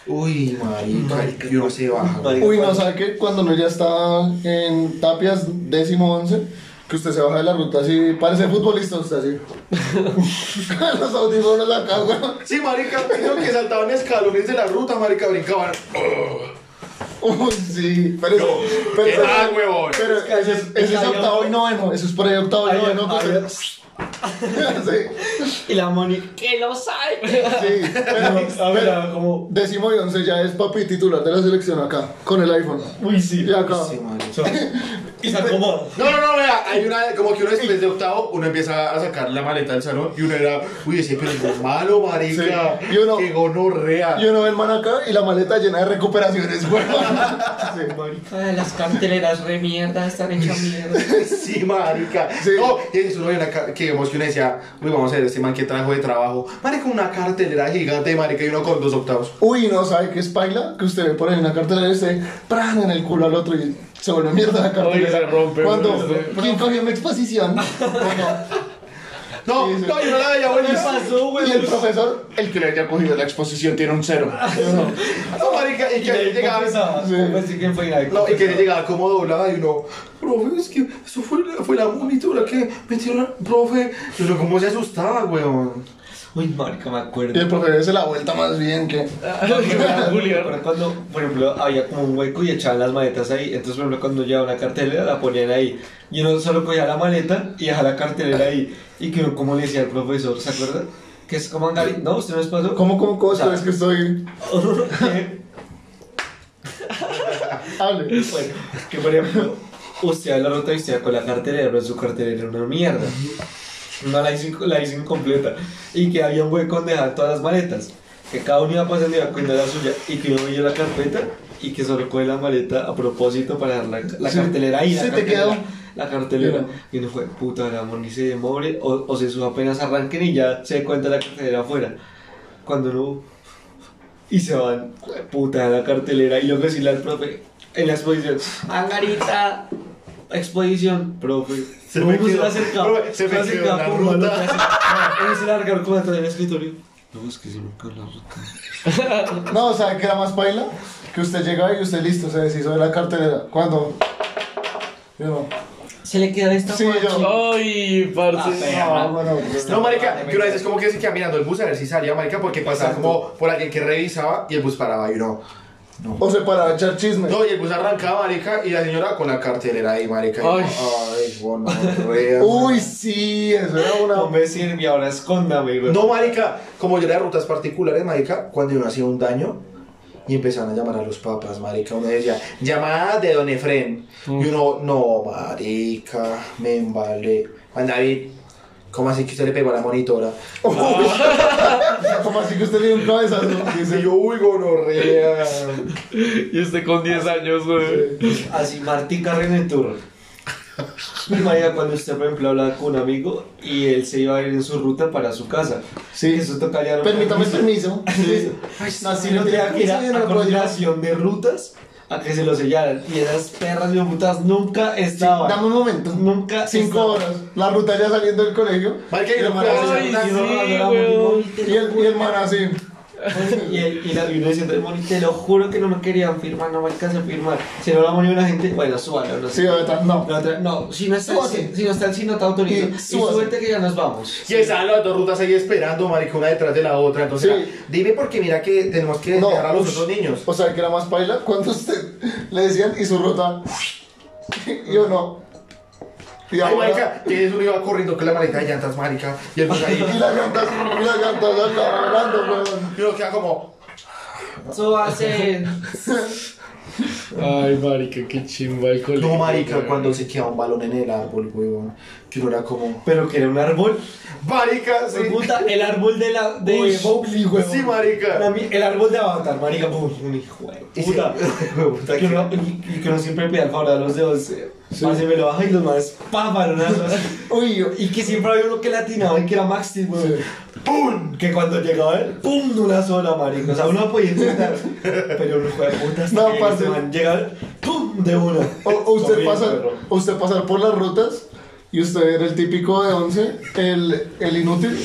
Uy, marica, yo no se baja. Marica, Uy, no, cuando- ¿sabe qué? Cuando uno ya está en tapias décimo once, que usted se baja de la ruta así, parece futbolista usted así. <laughs> los audífonos acá, huevón. Sí, marica, creo que saltaban escalones de la ruta, marica, brincaban. Uy, sí, pero eso, pero eso- mal, huevón. Pero ese es, ese es Hay octavo otro. y noveno, eso es por ahí octavo y Hay noveno. otro. pues, <laughs> sí, Y la Moni, que lo sabe. sí, pero, <laughs> A ver, pero como. décimo y once ya es papi titular de la selección acá, con el iPhone. Uy, sí. Y acá. Sí, marica. Y se acomoda. No, no, no, vea, hay una, como que uno después de octavo, uno empieza a sacar la maleta del salón y uno era, uy, ese pero es malo, marica. Sí, y uno- Que gonorrea. Y uno ve el man acá y la maleta llena de recuperaciones, <laughs> güey. Ay, las carteleras re mierda están hechas mierda. <laughs> Sí, marica. Sí. No, y eso uno ve una ca- que vemos que uno decía, uy, vamos a ver este man que trajo de trabajo. Marica, una cartelera gigante, marica, y uno con dos octavos. Uy, no sabe qué es paila, que usted ve por ahí una cartelera y usted pran en el culo al otro y se vuelve mierda la cartelera. se rompe, Cuando, güey, <laughs> ¿quién cogió mi exposición? Bueno, No, no, yo no la veía buenísima. Y el profesor, el que le haya cogido la exposición, tiene un cero. Ah, No, marica, y que Y llegaba. confesaba, confesé que fue inadicto. No, y que llegaba como doblada y uno, profe, es que eso fue, la- fue la monitora que metieron al profe. Pero cómo se asustaba, weón. Uy, marica, me acuerdo. Y el profesor se la vuelta más bien que. <laughs> Pero cuando, por ejemplo, había como un hueco y echaban las maletas ahí, entonces, por ejemplo, cuando llevaba una cartelera, la ponían ahí. Y uno solo cogía la maleta y dejaba la cartelera ahí. Y que uno, como le decía al profesor, ¿se acuerda? Que es como Angari, no, usted no es pasó. ¿Cómo, cómo, cómo sabes que estoy? <laughs> que, Hable. bueno, que por ejemplo, usted habla rota y usted con la cartelera, pero su cartelera era una mierda. No la hizo, inc- la hizo incompleta. Y que había un hueco donde dejaban todas las maletas. Que cada uno iba pasando y iba cogiendo la suya. Y que uno veía la carpeta y que solo coge la maleta a propósito para dejar la, la Sí. cartelera ahí. La Sí, te cartelera, quedó. La cartelera. Mira. Y uno fue, puta, la amor ni se demore. O, o se suba apenas arranquen y ya se da cuenta la cartelera afuera. Cuando uno y se van, puta, a la cartelera. Y luego decirle al profe, en la exposición, Angarita, exposición, profe. Se me Uy, quedó- la acercaba, profe, se me la quedó acercaba, la pum, ruta. la acercaba. Uno se larga como atrás del escritorio. No, es que se me cae la ruta. No, o sea, que era más paila que usted llegaba y usted listo, se deshizo de la cartelera. ¿Cuándo? Yo. Se le queda esta Sí, yo. Ay, parce. No, bueno, pues, No, marica, que una vez es como que se queda mirando el bus a ver si salía, marica, porque pasaba como por alguien que revisaba y el bus paraba y uno. O se paraba a echar chisme. No, y el bus arrancaba, marica, y la señora con la cartelera ahí, marica. y uno, Ay. Ay, bueno, <laughs> rea, Uy, sí, eso era una. No me sirve, ahora escóndame, güey. No, marica, como yo era de rutas particulares, marica, cuando uno hacía un daño y empezaban a llamar a los papas, marica, uno decía, llamada de don Efren. Y uno, no, marica, me embalé. Juan David, ¿cómo así que usted le pegó a la monitora? Como así que usted le dio un cabezazo. Y yo, uy, gonorrea. Y este con 10 años, güey. Así, Martín Carrenetur. Mi marica, cuando usted, por ejemplo, hablaba con un amigo y él se iba a ir en su ruta para su casa. Sí. Eso tocaría... Permítame el permiso. No, Si si no no tenía tiene que ir a, a permiso, yo no lo puedo llevar. coordinación de rutas a que se lo sellaran. Y esas perras de putas nunca estaban. Dame un momento. Nunca Cinco estaba. horas. La ruta ya saliendo del colegio. Marica, y Y el no man así, puedo- Ay, Y uno sí, hablaba weón. muy mal, te Y lo el, y juro. el man así. Y el- y la y uno diciendo, "Moni, te lo juro que no me querían firmar, no me alcanza a firmar. Si no la moni una gente, bueno, súbalo, no sé. Sí, ahorita, no. La otra, no, si no está el Súbase. si, si no está el sí, no te autorizo. Y Y, súbase. súbete que ya nos vamos. Y estaban las dos rutas ahí esperando, marica, una detrás de la otra. Entonces, Sí. era, dime porque mira que tenemos que No, dejar a los ush. otros niños. O sea, que era más paila. Cuando usted le decían y su ruta. Yo no. Ay, Y ahora- marica, que eso iba corriendo con la maleta de llantas, marica. Y el bus ahí. Y la ganta, la ganta, la ganta, hablando, weón. Y uno queda como, Súbase. Ay, marica, qué chimba el colegio. No, marica, güey. cuando se queda un balón en el árbol, weón. Que uno era como. Pero que era un árbol. Marica, Fue sí. puta, el árbol de la de Uy, Mowgli, huevón. sí, marica. Una mi- el árbol de Avatar, marica, pum, un hijo de puta. Puta, que uno, y, y que uno siempre pide el favor a los dedos. eh, Pásenme lo baja y los más pájaros. Uy, yo- y que siempre había uno que latinaba y que era Maxi, weón. ¡Pum! Que cuando llegaba él, ¡pum! de una sola, marica. O sea, uno podía intentar. pero un hijo de puta. hasta No, que parce. ese man llegaba, ¡pum! de una. O, o usted, Bien, pasa, perro. usted pasar por las rutas y usted era el típico de 11, el, el inútil,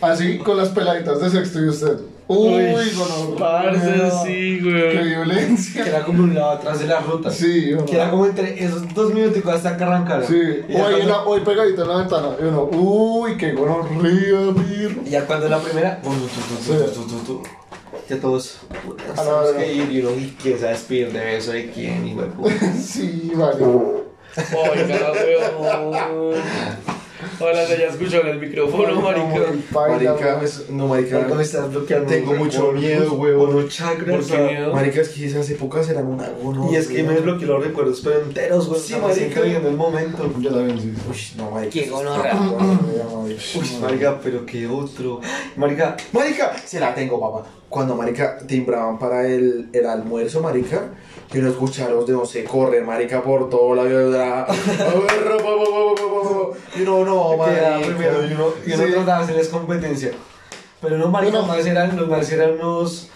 así con las peladitas de sexto y usted. Uy, Uy, gonorrea. parce, sí, Qué güey. Que violencia. <laughs> era como un lado atrás de las rutas. Sí, yo no. Que era como entre esos dos minuticos hasta que arrancara. Sí, Y o ya ahí, cuando- en la- o ahí pegadito en la ventana. Y uno, uy, qué gonorrea, mir. Y ya cuando la primera, tu, tu, tu, tu, tu, tu, tu, tu, ya todos, puta, la tenemos verga. que ir, y uno, y quién se va a despedir de eso, y quién, hijo de puta. <laughs> <laughs> Sí, vale. Oiga, weón. Hola, se ya escucharon el micrófono, marica. Baila, Marica, güey. es- no, marica. Marica, me estás bloqueando. Tengo mucho miedo, Por weón. los chakras. ¿Por qué o sea, miedo? Marica, es que esas épocas eran una gono. Y es que me bloqueó los recuerdos, pero enteros, güey. Sí, o sea, me marica. siento viviendo el momento. Yo también, sí. Uy, no, marica. Qué gonorrea. Uy, marica, pero qué otro. Marica, Marica, se la tengo, papá. Cuando, marica, timbraban para el, el almuerzo, marica, y uno escuchaba los de no sé, corre, marica, por todo la vida. Y uno, no, que era primero, y marica. uno, y uno Sí. trataba de hacerles competencia. Pero no, marica, Uno- más eran, los más eran unos,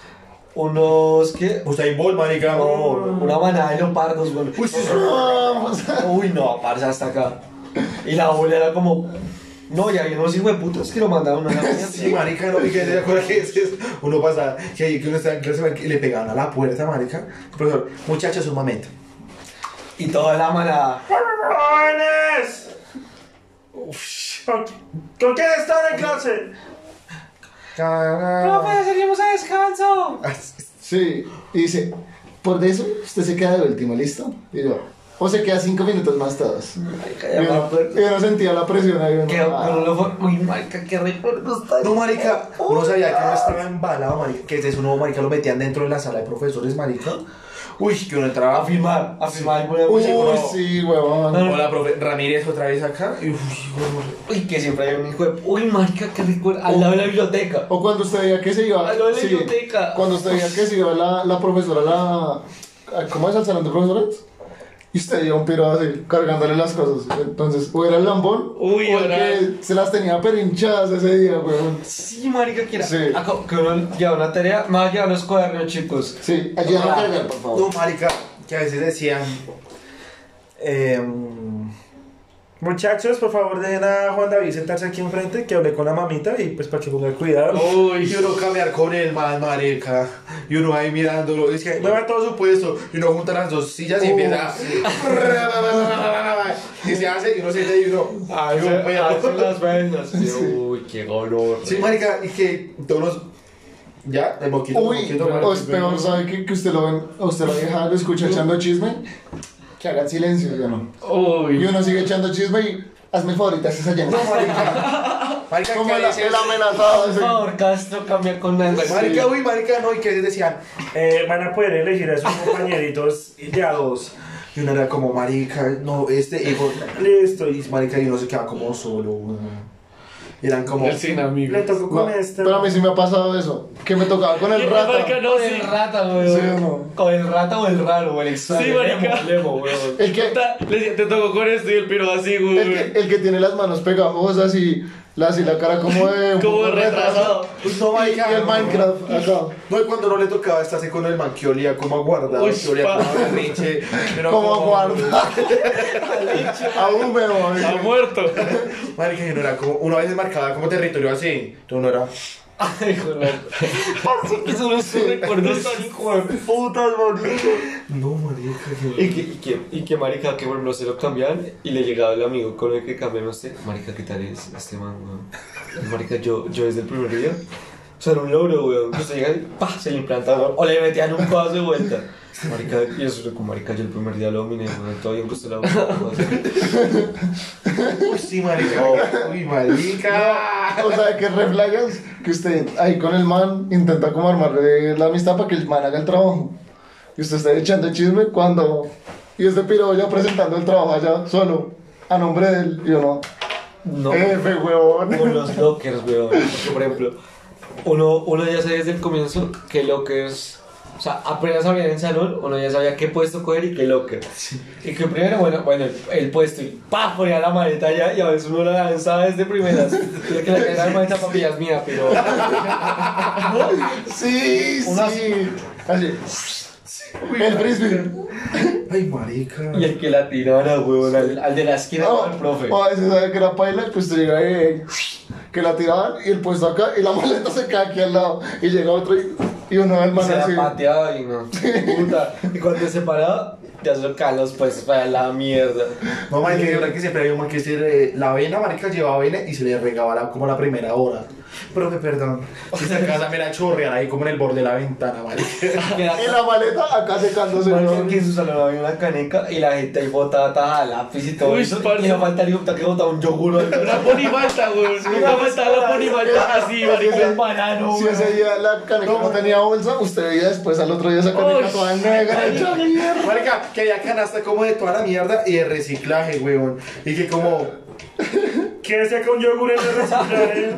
unos, ¿qué? Usain Bolt, marica. Oh. No, una manada de leopardos, güey. Uy, sí, sí. Uy, no, parce, hasta acá. Y la bola era como. No, ya había unos putas que lo mandaban a la mierda. Sí, marica, no, que te acuerdas que es eso? uno pasa, que ahí que uno está en clase marica, y le pegaban a la puerta, marica. Profesor, muchachos, un momento. Y toda la mala. ¡Jóvenes! ¿Con, con quién están en clase? Ah. ¡Profe, seguimos a descanso! Ah, Sí, y dice, por eso usted se queda de último, ¿listo? Y yo, o se queda cinco minutos más todos. Marica, Yo ya no, yo no sentía la presión ahí. yo no- Que ah, lo fue muy marica, qué recuerdo está. este No, marica, uno sabía que uno estaba embalado, marica, que desde su nuevo marica lo metían dentro de la sala de profesores, marica. Uy, que uno entraba A firmar, a firmar. güey. Uy, no. sí, huevón. Hola, profe. Ramírez otra vez acá. Y, uy, bueno, Uy, que siempre hay un hijo de. Uy, marica, qué recuerdo. Al lado de la biblioteca. O cuando usted veía que se iba. A lo de la sí, biblioteca. Cuando usted veía que se iba la, la profesora, la. a- ¿Cómo es el salón de profesores? Y usted veía un piro así, cargándole las cosas. Entonces, o era el lambón, Uy, o el ahora- que se las tenía perrinchadas ese día, huevón. Sí, marica, que era. Sí. Acá- Que uno lleva una tarea, más lleva los cuadernos, chicos. Sí, ayúdame a cargar, por favor. No, marica, que a veces decían. em, Muchachos, por favor, dejen a Juan David sentarse aquí enfrente, que hablé con la mamita y pues para que ponga cuidado. y Uy, uno cambiar con el man, marica. Y uno ahí mirándolo. Es que mueva todo su puesto. Y uno junta las dos sillas Oh, y empieza. <laughs> y se hace, y uno se y uno. Ay, un pedazo. las venas. Uy, qué dolor. Sí, marica, y que todos. Ya, el moquito. el Uy, moquito, marica. o es peor, ¿sabe que, que usted lo ven, a usted la vieja lo escucha echando chisme? Que hagan silencio, yo no. Y uy. uno sigue echando chisme y hazme el favorito, haces allá. Marica, que Como a la, veces- el amenazado, Por ese. favor, Castro, cambia con Nancy. Pues, Marica, uy, marica, no, y que decían. Eh, van a poder elegir a sus compañeritos y ya dos. Y uno era como, marica, no, este hijo, listo, y marica, y uno se quedaba como solo, weón. Y eran como, El sin amigo. Le tocó No, con este. pero a mí sí me ha pasado eso, que me tocaba con el Marica, rata. no, Con sí. el rata, güey. Sí, o no. Con el rata o el raro, o el extraño. Sí, marica. Lemo, lemo, güey. El que, Puta, le decía, Te tocó con esto y el piro así, el que, güey. el que tiene las manos pegajosas y la, así la cara como de... un Como poco retrasado. uy, Pues no, Y marica. el no, Minecraft, acá. No, y cuando no le tocaba estarse con el man que olía como aguardado, Uy, que olía como pa. a <laughs> berrinche, era Como guarda. Aún me voy. Ha muerto. Marica, y uno era como, uno a veces marcaba como territorio así, tú no era. Ay, joder. Así que solo se recuerdos tan hijo de putas, marica. No, marica, que- Y que, y que, y que marica, que bueno, se lo cambian y le llegaba el amigo con el que cambiaron a usted. Marica, ¿qué tal es este man, weón? Marica, yo, yo desde el primer día, o sea, era un logro, weón. Que usted llega y pa, se le implantaba, weón, o le metían un codazo de vuelta. Marica, y eso era como, marica, yo el primer día lo miné, weón, todavía me la <laughs> uy, sí, marica, <laughs> uy, marica. <laughs> O sea, que reflagas que usted ahí con el man intenta como armarle la amistad para que el man haga el trabajo. Y usted está echando chisme cuando. Y este piro ya presentando el trabajo allá solo, a nombre de él. Y yo no. No. F, huevón. con los lockers, weón. Porque, por ejemplo, uno, uno ya sabía desde el comienzo que lockers. O sea, apenas abrían el salón, uno ya sabía qué puesto coger y qué locker. Y que primero, bueno, bueno, el, el puesto y pa, ponía la maleta ya y a veces uno la lanzaba desde primeras. Y que la que era la maleta papi ya es mía, pero. <laughs> Sí, sí. Así. El frisbee. Ay, marica. Y el que la tirara, weón, al, al de la esquina, No, al profe. O a veces sabe que era paila, que usted llega ahí, eh, que la tiraban y el puesto acá y la maleta se queda aquí al lado. Y llega otro y, y uno del Y man se la así. pateaba y no. Puta. Y cuando se paraba, ya se lo caen los puestos para la mierda. No, marica, yo creo que siempre había un man que se re- la avena, marica, llevaba avena y se le regaba la- como la primera hora. Profe, perdón. Si se casa, me la chorrear ahí como en el borde de la ventana, marica. <laughs> Que <laughs> la- En la maleta acá secándose. Marica, ¿no? que en su salón había una caneca y la gente ahí botaba taja de lápiz y todo Uy, eso. parce. Y no falta ni puta que botaba un yogur o algo. La ponimalta, güey. Nunca faltaba la ponimalta así, marica. Un banano, Si weón. ese día la caneca no, tenía bolsa, usted veía después al otro día esa caneca Uy, toda negra. hecha mierda. Marica, que había canasta como de toda la mierda y de reciclaje, weón. Y que como. ¿Quién saca un yogur en el reciclaje?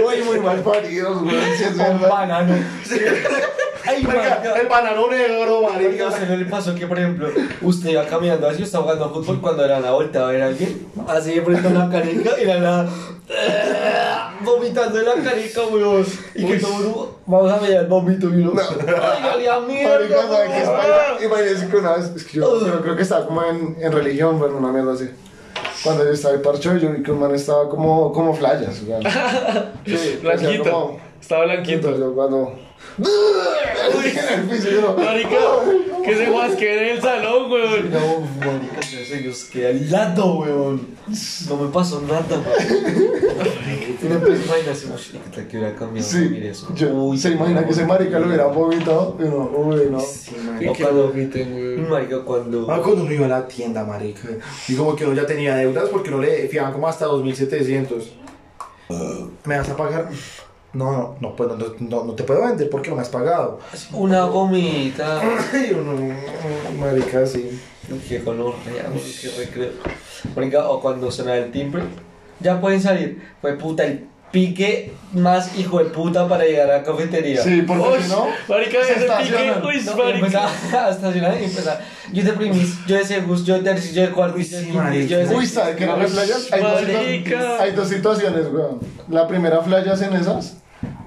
Uy, muy <laughs> mal paridos, güey. Si es Un verdad. banano. Ay, Marica, el banano negro, Marica, marica. o sea, no le pasó que, por ejemplo, usted iba caminando así, estaba jugando fútbol cuando era la vuelta a ver a alguien, así de frente a una caneca y la nada, <laughs> vomitando en la caneca, weón. Y que todo el mundo, vamos a mirar el vómito, y uno, ay, olía a mierda, Marica, ¿sabe qué es weón". paila? Imagínense que una vez, es que yo, yo creo que estaba como en, en religión, bueno, una mierda así. Cuando yo estaba en parcho, yo vi que un man estaba como, como flayas. <laughs> weón. Sí, parecía Blanquito. como- Estaba blanquito. Entonces, cuando. <laughs> en el piso, yo no. <laughs> Marica, que se guasque en el salón, weón. No, marica, en serio, es que al lado, weón. No me pasó nada, No empezó a que hubiera cambiado Sí, mire eso. yo- Uy, se imagina que ese marica lo hubiera vomitado. Y uno, uy, no. Y que lo vomiten, weón. Marica, cuando. Ah, cuando uno iba a la tienda, marica. Y como que uno ya tenía deudas porque no le fiaban como hasta 2.700. ¿Me vas a pagar? No, no, no, puedo, no, no, no te puedo vender porque no me has pagado. Una gomita. Y uno, marica, sí. Que color, que recreo. Marica, o cuando suena el timbre, ya pueden salir. Fue puta, el pique más hijo de puta para llegar a la cafetería. Sí, porque Uy, si no. Marica, se ese pique, estacionan. uy, No, y marica. empezaba <laughs> a estacionar y empezaba. Yo de primis, yo de segus, yo de tercis, yo de cuartis, yo de sí, quintis, yo de Uy, sextis. ¿sabes qué era la playa? Hay dos, situa- Marica. hay dos situaciones, weón. La primera flayas en esas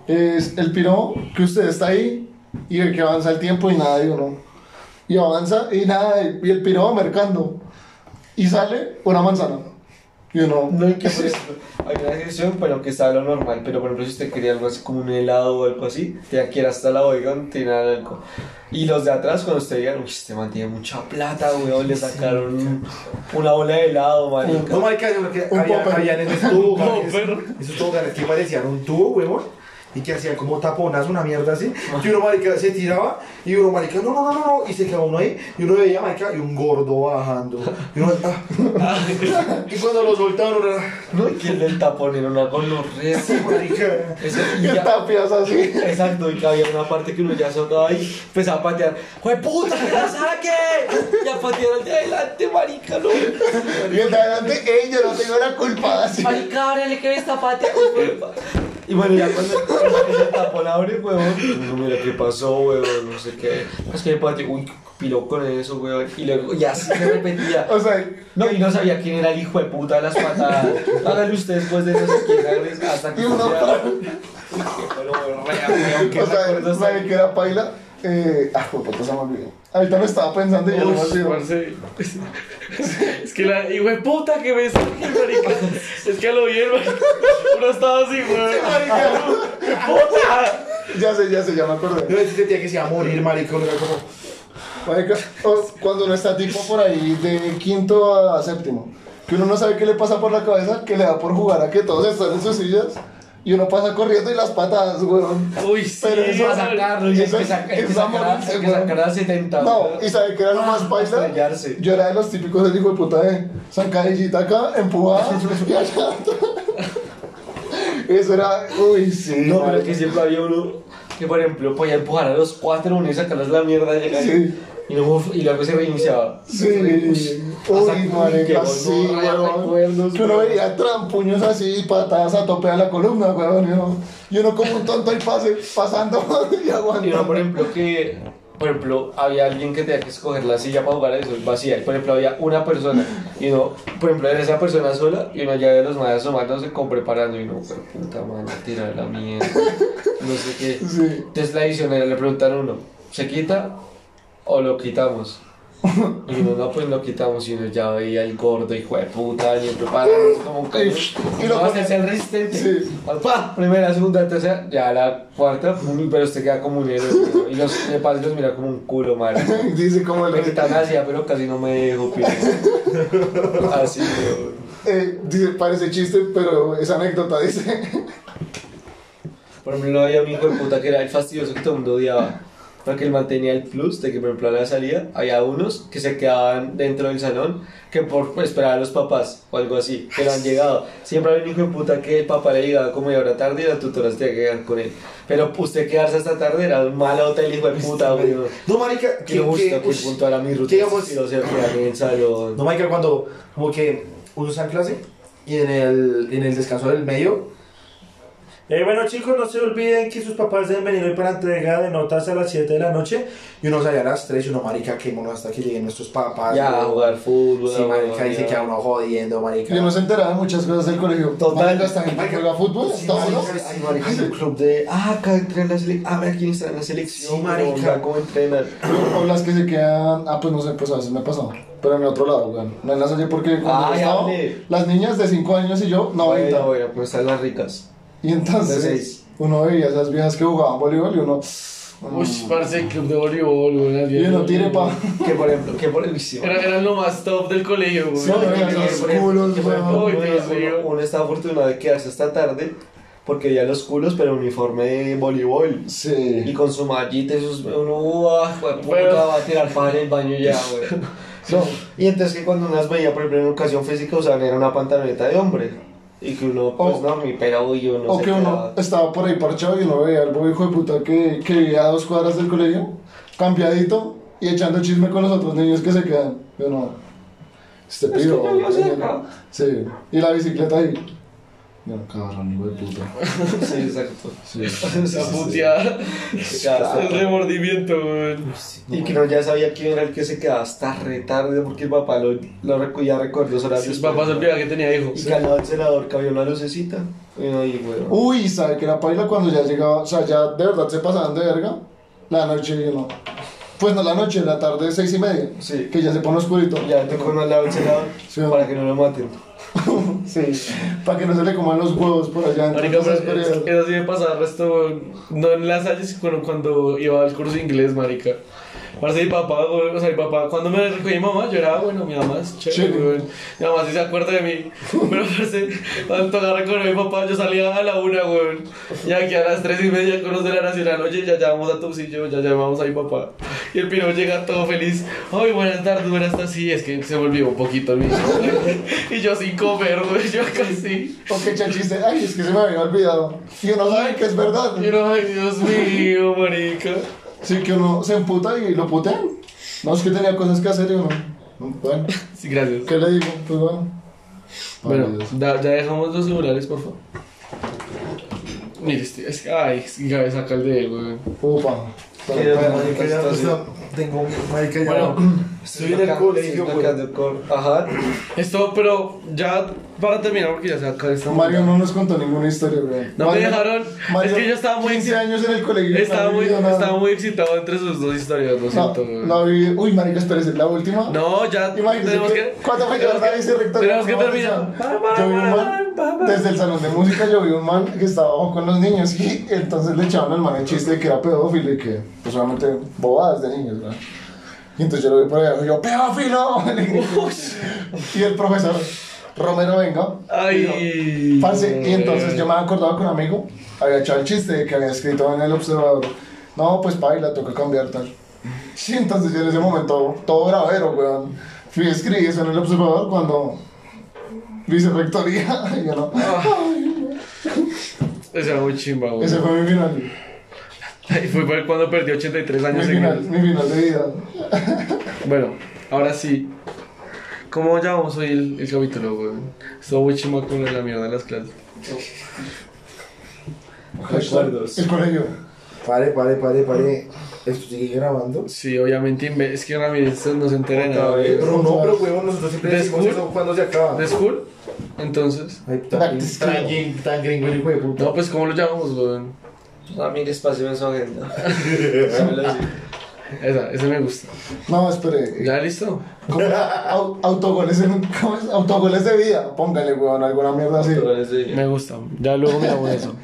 es el piro que usted está ahí y ve que avanza el tiempo y nada, y uno. Y avanza y nada, y el piro va mercando. Y sale una manzana. Y uno. No, y que <laughs> por ejemplo, hay una descripción, pero que estaba lo normal. Pero por ejemplo, si usted quería algo así como un helado o algo así, tenía que ir hasta la bodega donde tenía el alcohol. Y los de atrás, cuando usted digan, uy, este man tiene mucha plata, weón, le sacaron un- una bola de helado, marica. No, marica, yo creo que Un había, popper. había en esos toboganes, popper. esos toboganes que parecían un tubo, huevón, y que hacían como taponas, una mierda así, y uno, marica, se tiraba, y uno, marica, no, no, no, no, no, y se quedaba uno ahí, y uno veía, marica, y un gordo bajando, y uno, ah, ah, y cuando lo soltaron, uno era, No, y que el del tapón era una gonorrea. marica, Ese- y ¿Qué ya- tapias así? Exacto, y que había una parte que uno ya se ahogaba y empezaba a patear. ¡Jue puta, que la saque! Ya patearon de adelante, marica, no. Y el de adelante, ey, yo no tengo la culpa. Así. Marica, ábrele que me está pateando. Y bueno, ya cuando cuando el tapón abre, huevón. No, mira, ¿qué pasó, huevón? No sé qué. Es que me pateó, uy, piló con eso, huevón. Y luego, y así se repetía. O sea, No, y no sabía quién era el hijo de puta de las patadas. Hágale usted después de esas quién hasta que Y uno sea- para- Uy, qué bueno, rea, weón, qué o sea, recuerdos ¿sabe qué era paila? Eh, ah, puta, se me olvidó. Ahorita lo estaba pensando y yo no me Uy, olvidó. parce. <laughs> Es que la hijo de puta que me saqué, marica. Es que a lo bien, marica. Uno estaba así, weón. ¡Puta! Ya sé, ya sé, ya me acordé. yo sentía que se iba a morir, marica, uno era como, Marica, o cuando uno está tipo por ahí de quinto a séptimo, que uno no sabe qué le pasa por la cabeza, que le da por jugar a que todos están en sus sillas y uno pasa corriendo y las patadas, weón. Uy, sí. Pero eso Para marica. sacarlo, y hay que saca- hay que Esa sacar a- hay que morirse, sacar a 70. No, y sabe que era lo más paisa. estrellarse. Yo era de los típicos del hijo de puta de zancadillita acá, <laughs> empujada y allá. Eso era, uy, sí. No, pero es marica. que siempre había uno que, por ejemplo, podía empujar a los cuatro, uno y sacarles la mierda de llegar. Sí. Y luego, uf, y luego se reiniciaba. Sí, hasta uy, que- marica, uy, sí, qué gonorrea, weón. recuerdos, Que uno weón. veía trampuños así y patadas a tope a la columna, weón. Y uno, y uno como un tonto ahí pase, pasando <laughs> y Y uno, por aguantando. ejemplo, que. Por ejemplo, había alguien que tenía que escoger la silla para jugar a eso, vacía. Y por ejemplo, había una persona. Y uno, por ejemplo, era esa persona sola. Y uno ya de los madres asomándose como preparando. Y uno, "Jue puta madre, tirar la mierda. No sé qué. Sí. Entonces la edicionera le preguntaron a uno, ¿se quita o lo quitamos? Y uno, no, pues lo quitamos y uno ya veía el gordo, hijo de puta, ni prepararnos como un cañón. Y Y lo lo vas a pone- hacer resistente. Sí. Pa, primera, segunda, tercera, ya la cuarta, pum, pero usted queda como un héroe. ¿no? Y los demás los mira como un culo, madre. Dice como el Me rey. quitan Asia, pero casi no me dejo, piro. <laughs> Así, pero... Eh, dice, parece chiste, pero es anécdota, dice. <laughs> Por ejemplo, había un hijo de puta que era el fastidioso que todo el mundo odiaba. Porque él mantenía el plus de que, por ejemplo, a la salida había unos que se quedaban dentro del salón que por pues, esperar a los papás o algo así, que no han llegado. Siempre había un hijo de puta que el papá le llegaba como media hora tarde y la tutora se tenía que quedar con él. Pero usted quedarse hasta tarde era un malota el hijo de puta, güey. no, marica, Que le gusta que Este, ush. puntual a mi rutina. que digamos- si no se quedan en el salón. No, Michael, cuando como que uno está en clase y en el, en el descanso del medio Eh, bueno chicos, no se olviden que sus papás deben venir hoy para entrega de notas a las 7 de la noche. Y uno sale a las 3 y uno, marica, que mono hasta que lleguen nuestros papás. Ya, a weón. jugar fútbol. Sí, a marica, jugar- dice que a uno jodiendo, marica. Yo no se enteraba de muchas cosas del colegio. Total. Marica, esta gente juega fútbol, Sí, está bueno. marica, sí, Ay, marica. el club de. Ah, acá entrenan la selección. Ah, mira quién está en la selección. Sí, marica. weón, ¿Cómo entrenan? O las que se quedan. Ah, pues no sé, pues a veces me ha pasado. Pero en el otro lado, weón. No en la calle porque cuando Ay, yo estaba, hable. las niñas de 5 años y yo, 90. Bueno, bueno, pues están las ricas. Y De entonces, seis. uno veía esas viejas que jugaban voleibol y uno. mm, Uy, parce, el club de voleibol, güey. Y uno tire pa. Que por ejemplo, que por el vicio. Era, eran lo más top del colegio, güey. Sí, No, Oigan, que los por ejemplo- culos, que por ejemplo, weón. uno- Ay, Dios mío. uno, uno está afortunado de quedarse hasta tarde porque ya los culos, pero uniforme de voleibol. Y Sí. con su mallita y sus. Uno, uah, puta, Bueno. va a tirar pan en el baño <laughs> ya, güey. No, y entonces que cuando unas veía, por ejemplo, en educación física usaban era una pantaloneta de hombre. Y que uno, pues O- no, mi pelo y uno Oh. O se que uno quedaba- estaba por ahí parchado y uno veía al bobo hijo de puta que, que vivía a dos cuadras del colegio, cambiadito y echando chisme con los otros niños que se quedan. Yo no. Este pido. yo vivo marica, cerca. no. Sí. Y la bicicleta ahí. No, cabrón, hijo de puta. Sí, exacto. Sí. La puteada. El Claro. remordimiento, güey. Y que no ya sabía quién era el que se quedaba hasta re tarde porque el papá lo, lo recogía recuerdos horarios. Sus papás olvidaban que tenía hijos. Y que al lado del celador cabía una lucecita. Y uno ahí, weón. Uh. Uy, ¿sabe que era paila cuando ya llegaba? O sea, ya de verdad se pasaban de verga. La noche yo no. Pues no la noche, la tarde seis y media. Sí. Que ya se pone oscurito. Ya tocó uno al lado del celador Sí. para que no lo maten. Sí. Para que no se le coman los huevos por allá. Marica, entonces, pero pues, es- pero- eso sí me pasaba el resto, weón. no en las calles, sino cuando iba al curso de inglés, marica. Parce, mi papá, weón, o sea, mi papá, cuando me recogí mi mamá, yo era, bueno, mi mamá es chévere, Chévere. weón. Mi mamá sí se acuerda de mí. Pero, parce, cuando tocaba recoger a mi papá, yo salía a la una, weón. Y aquí a las tres y media con los de la nacional, oye, ya llamamos a tu sitio, ya llamamos a mi papá. Y el pino llega todo feliz. Ay, buenas tardes, buenas tardes. Sí, es que se volvió un poquito el mío. <laughs> y yo sin comer, weón, yo casi. O que echa el chiste, ay, es que se me había olvidado. Y uno sabe que es verdad. Yo no, ay, Dios mío, marica. Sí, que uno se emputa y lo putean. No, es que tenía cosas que hacer y uno. Bueno, Sí, gracias. ¿qué le digo? Pues bueno. Bueno, Dios. da- ya dejamos los celulares, por favor. Mire, este, es que, ay, es que Gabe saca el de él, weón. Upa. marica, ya, pues, no, tengo marica Bueno, Estoy en el colegio, Sí, güey. acá de cor- Ajá. esto, pero ya para terminar, porque ya se acaba esta Mario mierda. no nos contó ninguna historia, güey. No me Mario- dejaron. Mario, es que yo estaba muy, 15 años en el colegio. no estaba, ha muy, vivido nada. estaba muy excitado entre sus dos historias, lo No, siento, weón. no ha vivido- Uy, marica, espérese, la última. No, ya Imagínese tenemos que- que. ¿cuánto fue tenemos llevar a ese rector? Tenemos que No, terminar. o sea, Yo vi un man, desde el salón de música yo vi un man que estaba abajo con los niños y <laughs> entonces le echaban al man el chiste de que era pedófilo y que pues obviamente bobadas de niños, ¿verdad? Y entonces yo lo vi por allá y yo, pedófilo. <laughs> Le grité. y el profesor, Romero, venga. Ay. Parce, y entonces yo me había acordado que un amigo había echado el chiste de que había escrito en el observador, no, pues paila, toca cambiar tal. Y entonces yo en ese momento, todo bravero, weón, fui a escribir eso en el observador cuando vicerrectoría, <laughs> y yo no. Ese era muy chimba, güey. <laughs> Ese fue mi final, Ahí Fue por- cuando perdió 83 mi años final, seguidos. mi final de vida. Bueno, ahora sí. ¿Cómo llamamos hoy el, el capítulo, güey? Estuvo muy chimba con la mierda de las clases. Recuerdos. El colegio. Pare, pare, pare, pare. Esto sigue grabando. Sí, obviamente, inve- es que Ramírez se- no se entera de nada. Otra güey. vez. Pero no, pero pues, huevón, nosotros siempre ¿De decimos school? eso cuando se acaba. ¿De school? Entonces. Ay, tan, Practice tan club. gring- tan gringo el hijo de puta. No, pues, ¿cómo lo llamamos, güey? Ramírez, páseme <laughs> su agenda. Solo así. Esa, esa me gusta. No, espere. ¿Ya listo? ¿Cómo? Au- autogoles, en- ¿cómo es? autogoles de vida. Póngale, weón, alguna mierda así. Pero es de- Me gusta. Ya luego miramos eso.